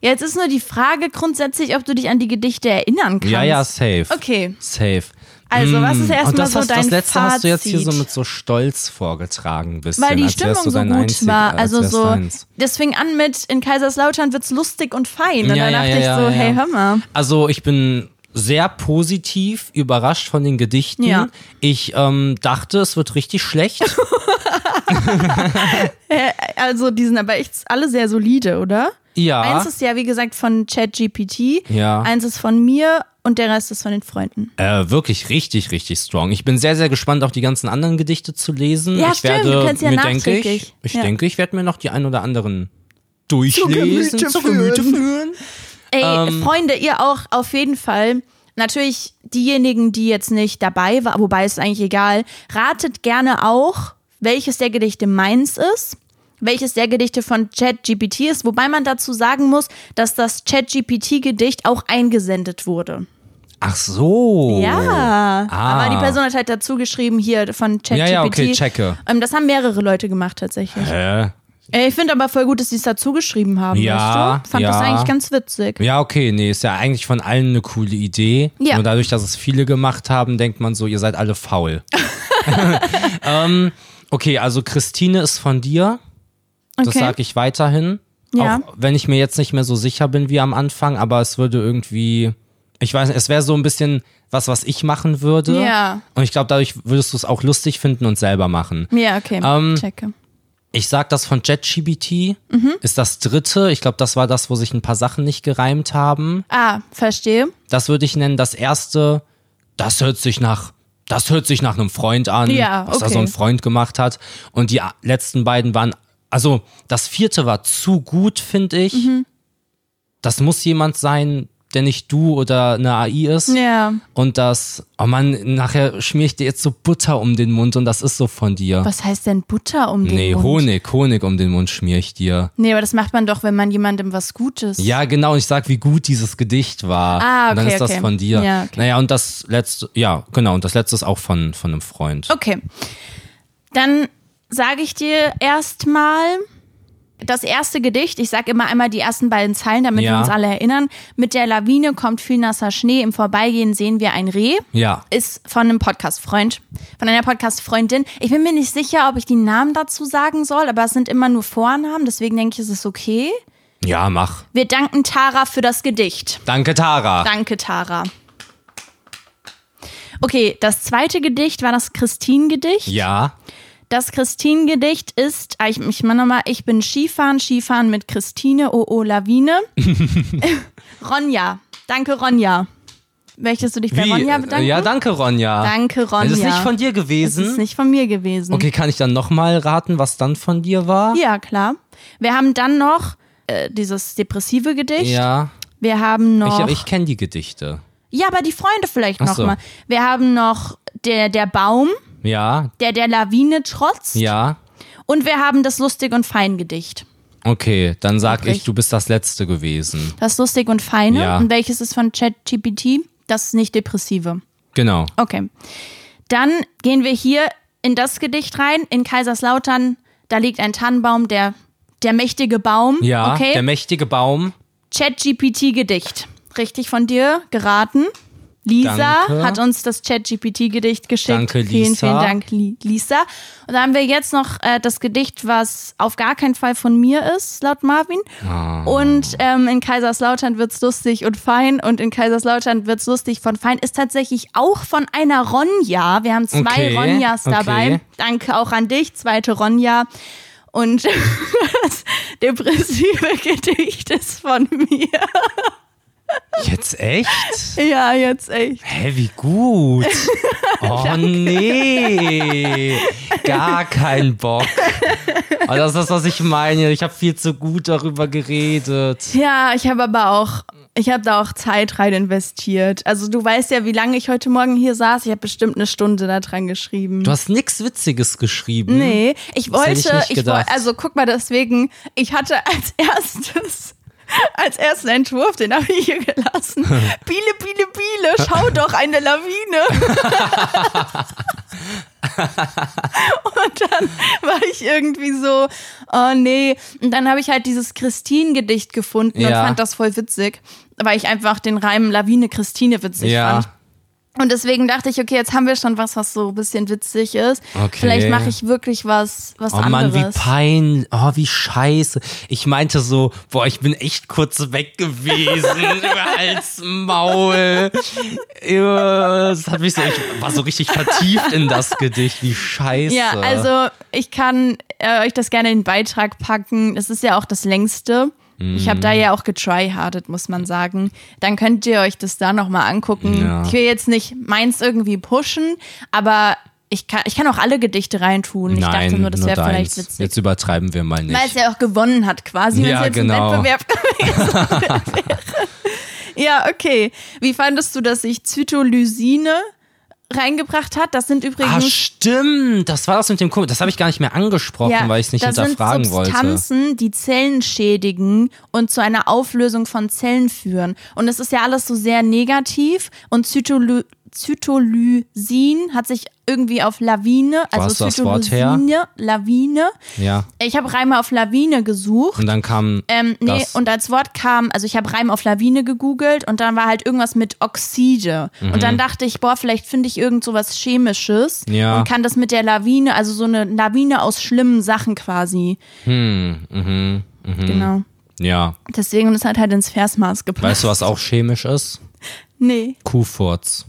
Jetzt ist nur die Frage grundsätzlich, ob du dich an die Gedichte erinnern kannst.
Ja, ja, safe.
Okay.
Safe.
Also, was ist
Mm,
erstmal
Und das
so
hast,
dein
Das letzte hast du jetzt hier so
Fazit?
mit so Stolz vorgetragen, ein bisschen.
Weil die
als wärst
Stimmung
du
so
dein
gut
einzig,
war.
als
Also
wärst
so,
deins.
das fing an mit, in Kaiserslautern wird's lustig und fein. Und
Ja,
dann
ja,
dachte
ja,
ich
ja,
so,
ja.
hey, hör mal.
Also ich bin sehr positiv überrascht von den Gedichten.
Ja.
Ich ähm, dachte, es wird richtig schlecht.
Also, die sind aber echt alle sehr solide, oder?
Ja.
Eins ist ja, wie gesagt, von ChatGPT.
Ah. Ja.
Eins ist von mir und der Rest ist von den Freunden.
Äh, wirklich richtig, richtig strong. Ich bin sehr, sehr gespannt, auch die ganzen anderen Gedichte zu lesen.
Ja,
ich
stimmt,
werde
du kannst ja
mir denke
nachträglich.
ich, ich
Ja.
denke, ich werde mir noch die ein oder anderen durchlesen,
Gemüte führen. Ey,
Ähm.
Freunde, ihr auch auf jeden Fall. Natürlich diejenigen, die jetzt nicht dabei waren, wobei ist eigentlich egal, ratet gerne auch, welches der Gedichte meins ist, welches der Gedichte von ChatGPT ist, wobei man dazu sagen muss, dass das ChatGPT-Gedicht auch eingesendet wurde.
Ach so.
Ja,
Oh. Ah.
aber die Person hat halt dazu geschrieben, hier von ChatGPT.
Ja, ja, okay, checke.
Ähm, das haben mehrere Leute gemacht tatsächlich.
Äh,
Äh, Ich finde aber voll gut, dass sie es dazu geschrieben haben.
Ja,
weißt du? Fand das
ja.
eigentlich ganz witzig.
ja, okay, nee, ist ja eigentlich von allen eine coole Idee.
Ja.
Nur dadurch, dass es viele gemacht haben, denkt man so, ihr seid alle faul. ähm, okay, also Christine ist von dir. Das
Okay.
sage ich weiterhin.
Ja.
Auch wenn ich mir jetzt nicht mehr so sicher bin wie am Anfang, aber es würde irgendwie, ich weiß nicht, es wäre so ein bisschen was, was ich machen würde.
Ja.
Und ich glaube, dadurch würdest du es auch lustig finden und selber machen.
Ja, okay.
Ähm,
Checke.
Ich sag das von JetGBT
Mhm.
ist das dritte. Ich glaube, das war das, wo sich ein paar Sachen nicht gereimt haben.
Ah, verstehe.
Das würde ich nennen. Das erste, das hört sich nach, das hört sich nach einem Freund an,
Ja,
was da
okay.
so ein Freund gemacht hat. Und die a- letzten beiden waren, also das vierte war zu gut, finde ich.
Mhm.
Das muss jemand sein, der nicht du oder eine AI ist.
Ja.
Und das, oh Mann, nachher schmier ich dir jetzt so Butter um den Mund und das ist so von dir.
Was heißt denn Butter um den
Nee,
Mund?
Honig, Honig um den Mund schmier ich dir.
Nee, aber das macht man doch, wenn man jemandem was Gutes.
Ja, genau. Und ich sag, wie gut dieses Gedicht war.
Ah,
Und dann
okay,
ist das
okay.
von dir.
Ja, okay.
Naja, und das letzte, ja, genau. Und das letzte ist auch von, von einem Freund.
Okay. Dann sage ich dir erstmal das erste Gedicht. Ich sage immer einmal die ersten beiden Zeilen, damit wir
Ja.
uns alle erinnern. Mit der Lawine kommt viel nasser Schnee. Im Vorbeigehen sehen wir ein Reh.
Ja.
Ist von einem Podcast-Freund, von einer Podcast-Freundin. Ich bin mir nicht sicher, ob ich die Namen dazu sagen soll, aber es sind immer nur Vornamen, deswegen denke ich, es ist okay.
Ja, mach.
Wir danken Tara für das Gedicht.
Danke, Tara.
Danke, Tara. Okay, das zweite Gedicht war das Christine-Gedicht.
ja.
Das Christine-Gedicht ist, ah, ich, ich meine nochmal, ich bin Skifahren, Skifahren mit Christine, oh oh, Lawine. Ronja, danke Ronja. Möchtest du dich bei
Wie? äh,
Ronja bedanken?
Ja, danke, Ronja.
Danke, Ronja.
Das ist nicht von dir
Das ist
gewesen.
nicht von mir gewesen.
Okay, kann ich dann nochmal raten, was dann von dir war?
Ja, klar. Wir haben dann noch äh, dieses depressive Gedicht.
Ja.
Wir haben
Ich,
noch.
ich kenne die Gedichte.
ja, aber die Freunde vielleicht
Ach so.
nochmal. Wir haben noch der, der Baum,
Ja.
der der Lawine trotzt.
Ja.
Und wir haben das Lustig und Fein Gedicht.
Okay, dann sag
Wirklich?
ich, du bist das Letzte gewesen.
Das Lustig und Feine.
Ja.
Und welches ist von ChatGPT? Das ist nicht depressive.
Genau.
Okay. Dann gehen wir hier in das Gedicht rein. In Kaiserslautern, da liegt ein Tannenbaum, der, der mächtige Baum.
Ja,
okay.
der mächtige Baum.
ChatGPT-Gedicht. Richtig von dir geraten. Lisa
Danke.
hat uns das ChatGPT-Gedicht geschickt.
Danke,
Vielen,
Lisa.
vielen Dank, Li Lisa. Und dann haben wir jetzt noch äh, das Gedicht, was auf gar keinen Fall von mir ist, laut Marvin.
Ah.
Und ähm, in Kaiserslautern wird's lustig und fein. Und in Kaiserslautern wird's lustig von fein. Ist tatsächlich auch von einer Ronja. Wir haben zwei
Okay,
Ronjas dabei.
okay.
Danke auch an dich, zweite Ronja. Und das depressive Gedicht ist von mir.
Jetzt echt?
Ja, jetzt echt.
Hä, wie gut. Oh nee, gar kein Bock. Aber das ist das, was ich meine. Ich habe viel zu gut darüber geredet.
Ja, ich habe aber auch, ich habe da auch Zeit rein investiert. Also du weißt ja, wie lange ich heute Morgen hier saß. Ich habe bestimmt eine Stunde da dran geschrieben.
Du hast nichts Witziges geschrieben.
Nee, ich
Hm? Das hätte ich
wollte,
nicht
ich,
gedacht.
wollte, also guck mal, deswegen, ich hatte als erstes, als ersten Entwurf, den habe ich hier gelassen. Biele, Biele, Biele, schau doch eine Lawine. Und dann war ich irgendwie so, oh nee. Und dann habe ich halt dieses Christine-Gedicht gefunden und
Ja.
fand das voll witzig, weil ich einfach den Reim Lawine Christine witzig
Ja.
fand. Und deswegen dachte ich, okay, jetzt haben wir schon was, was so ein bisschen witzig ist.
Okay.
Vielleicht mache ich wirklich was, was
Oh
anderes.
Mann, wie pein, oh wie scheiße. Ich meinte so, boah, ich bin echt kurz weg gewesen, über Hals, Maul. Äh, Das hat mich so, ich war so richtig vertieft in das Gedicht, wie scheiße.
ja, also ich kann äh, euch das gerne in den Beitrag packen. Das ist ja auch das längste. Ich
Mhm.
habe da ja auch getryhardet, muss man sagen. Dann könnt ihr euch das da nochmal angucken.
Ja.
Ich will jetzt nicht meins irgendwie pushen, aber ich kann, ich kann auch alle Gedichte reintun. ich
Nein,
dachte nur, das wäre vielleicht
deins.
witzig.
Jetzt übertreiben wir mal nicht.
Weil es ja auch gewonnen hat, quasi, wenn
Ja,
es jetzt
genau.
ein Wettbewerb gewesen wäre. Ja, okay. Wie fandest du, dass ich Zytolysine reingebracht hat? Das sind
Ah,
übrigens
stimmt. Das war das mit dem Kumpel. Das habe ich gar nicht mehr angesprochen,
ja,
weil ich es nicht
das sind
hinterfragen wollte.
Substanzen, die Zellen schädigen und zu einer Auflösung von Zellen führen. Und es ist ja alles so sehr negativ und Zytolysine Zytolysin hat sich irgendwie auf Lawine,
Wo
also
hast du das Wort her?
Zytolysine, Lawine.
Ja.
Ich habe Reime auf Lawine gesucht.
Und dann kam.
Ähm, nee,
das.
und als Wort kam, also ich habe Reim auf Lawine gegoogelt und dann war halt irgendwas mit Oxide. Und dann dachte ich, boah, vielleicht finde ich irgend so was Chemisches
Mhm. Ja.
und kann das mit der Lawine, also so eine Lawine aus schlimmen Sachen quasi. Hm, mhm, Genau.
ja.
Deswegen, und es hat halt ins Versmaß gepasst.
Weißt du, was auch chemisch ist?
Nee.
Kuhfurz.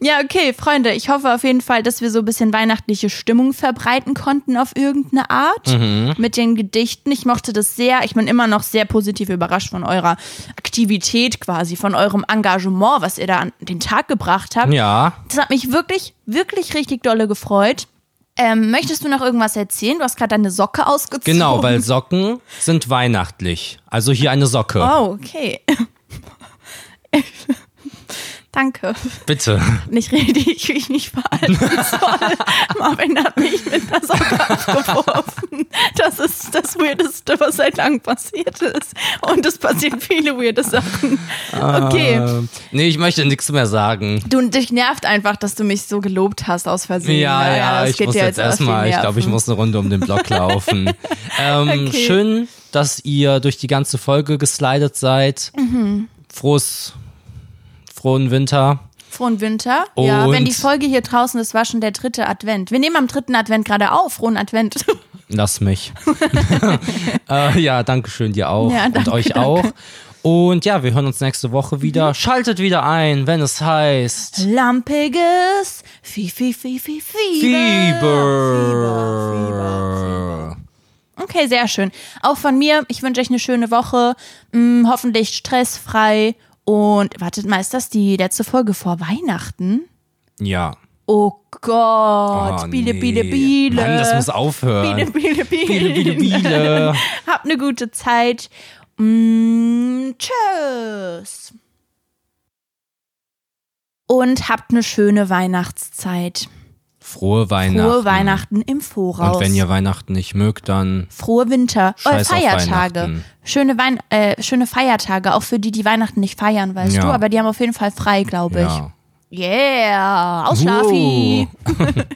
Ja, okay, Freunde, ich hoffe auf jeden Fall, dass wir so ein bisschen weihnachtliche Stimmung verbreiten konnten auf irgendeine Art
Mhm.
mit den Gedichten. Ich mochte das sehr. Ich bin immer noch sehr positiv überrascht von eurer Aktivität quasi, von eurem Engagement, was ihr da an den Tag gebracht habt.
Ja.
Das hat mich wirklich, wirklich richtig dolle gefreut. Ähm, möchtest du noch irgendwas erzählen? Du hast gerade deine Socke ausgezogen.
Genau, weil Socken sind weihnachtlich. Also hier eine Socke.
Oh, okay. Danke.
Bitte.
nicht richtig, wie ich mich verhalten soll. Marvin hat mich mit einer Socke abgeworfen. Das ist das Weirdeste, was seit langem passiert ist. Und es passieren viele weirde Sachen. Okay.
Ähm, nee, ich möchte nichts mehr sagen.
Du, dich nervt einfach, dass du mich so gelobt hast aus Versehen.
Ja, ja,
das
ich muss
dir
jetzt
auf die
erstmal, ich glaube, ich
Nerven.
muss eine Runde um den Block laufen. ähm,
Okay.
Schön, dass ihr durch die ganze Folge geslidet seid.
Mhm.
Frohes, frohen Winter.
Frohen Winter. ja,
Und-
wenn die Folge hier draußen ist, war schon der dritte Advent. Wir nehmen am dritten Advent gerade auf. Frohen Advent.
Lass mich. äh, ja, danke schön dir auch
Ja,
und
danke, Mhm.
euch auch. Und ja, wir hören uns nächste Woche wieder. Schaltet wieder ein, wenn es heißt
Lampiges. Fie, fie, fie, fie, Fieber.
Fieber.
Okay, sehr schön. Auch von mir, ich wünsche euch eine schöne Woche, hm, hoffentlich stressfrei und wartet mal, ist das die letzte Folge vor Weihnachten?
Ja. Ah,
Oh Gott, biele, biele, biele.
Oh, Mann, das muss aufhören.
biele, biele, biele.
Biele, biele, biele.
Habt eine gute Zeit. Mm, tschüss. Und habt eine schöne Weihnachtszeit.
Frohe Weihnachten.
Frohe Weihnachten im Voraus.
Und wenn ihr Weihnachten nicht mögt, dann
Frohe Winter, äh,
Scheiß auf
Feiertage.
Weihnachten.
Schöne, Wein äh, schöne Feiertage, auch für die, die Weihnachten nicht feiern, weißt
Ja.
du? Aber die haben auf jeden Fall frei, glaube ich.
ja. Uh.
Uh. Yeah, ausschlafen.
Wow.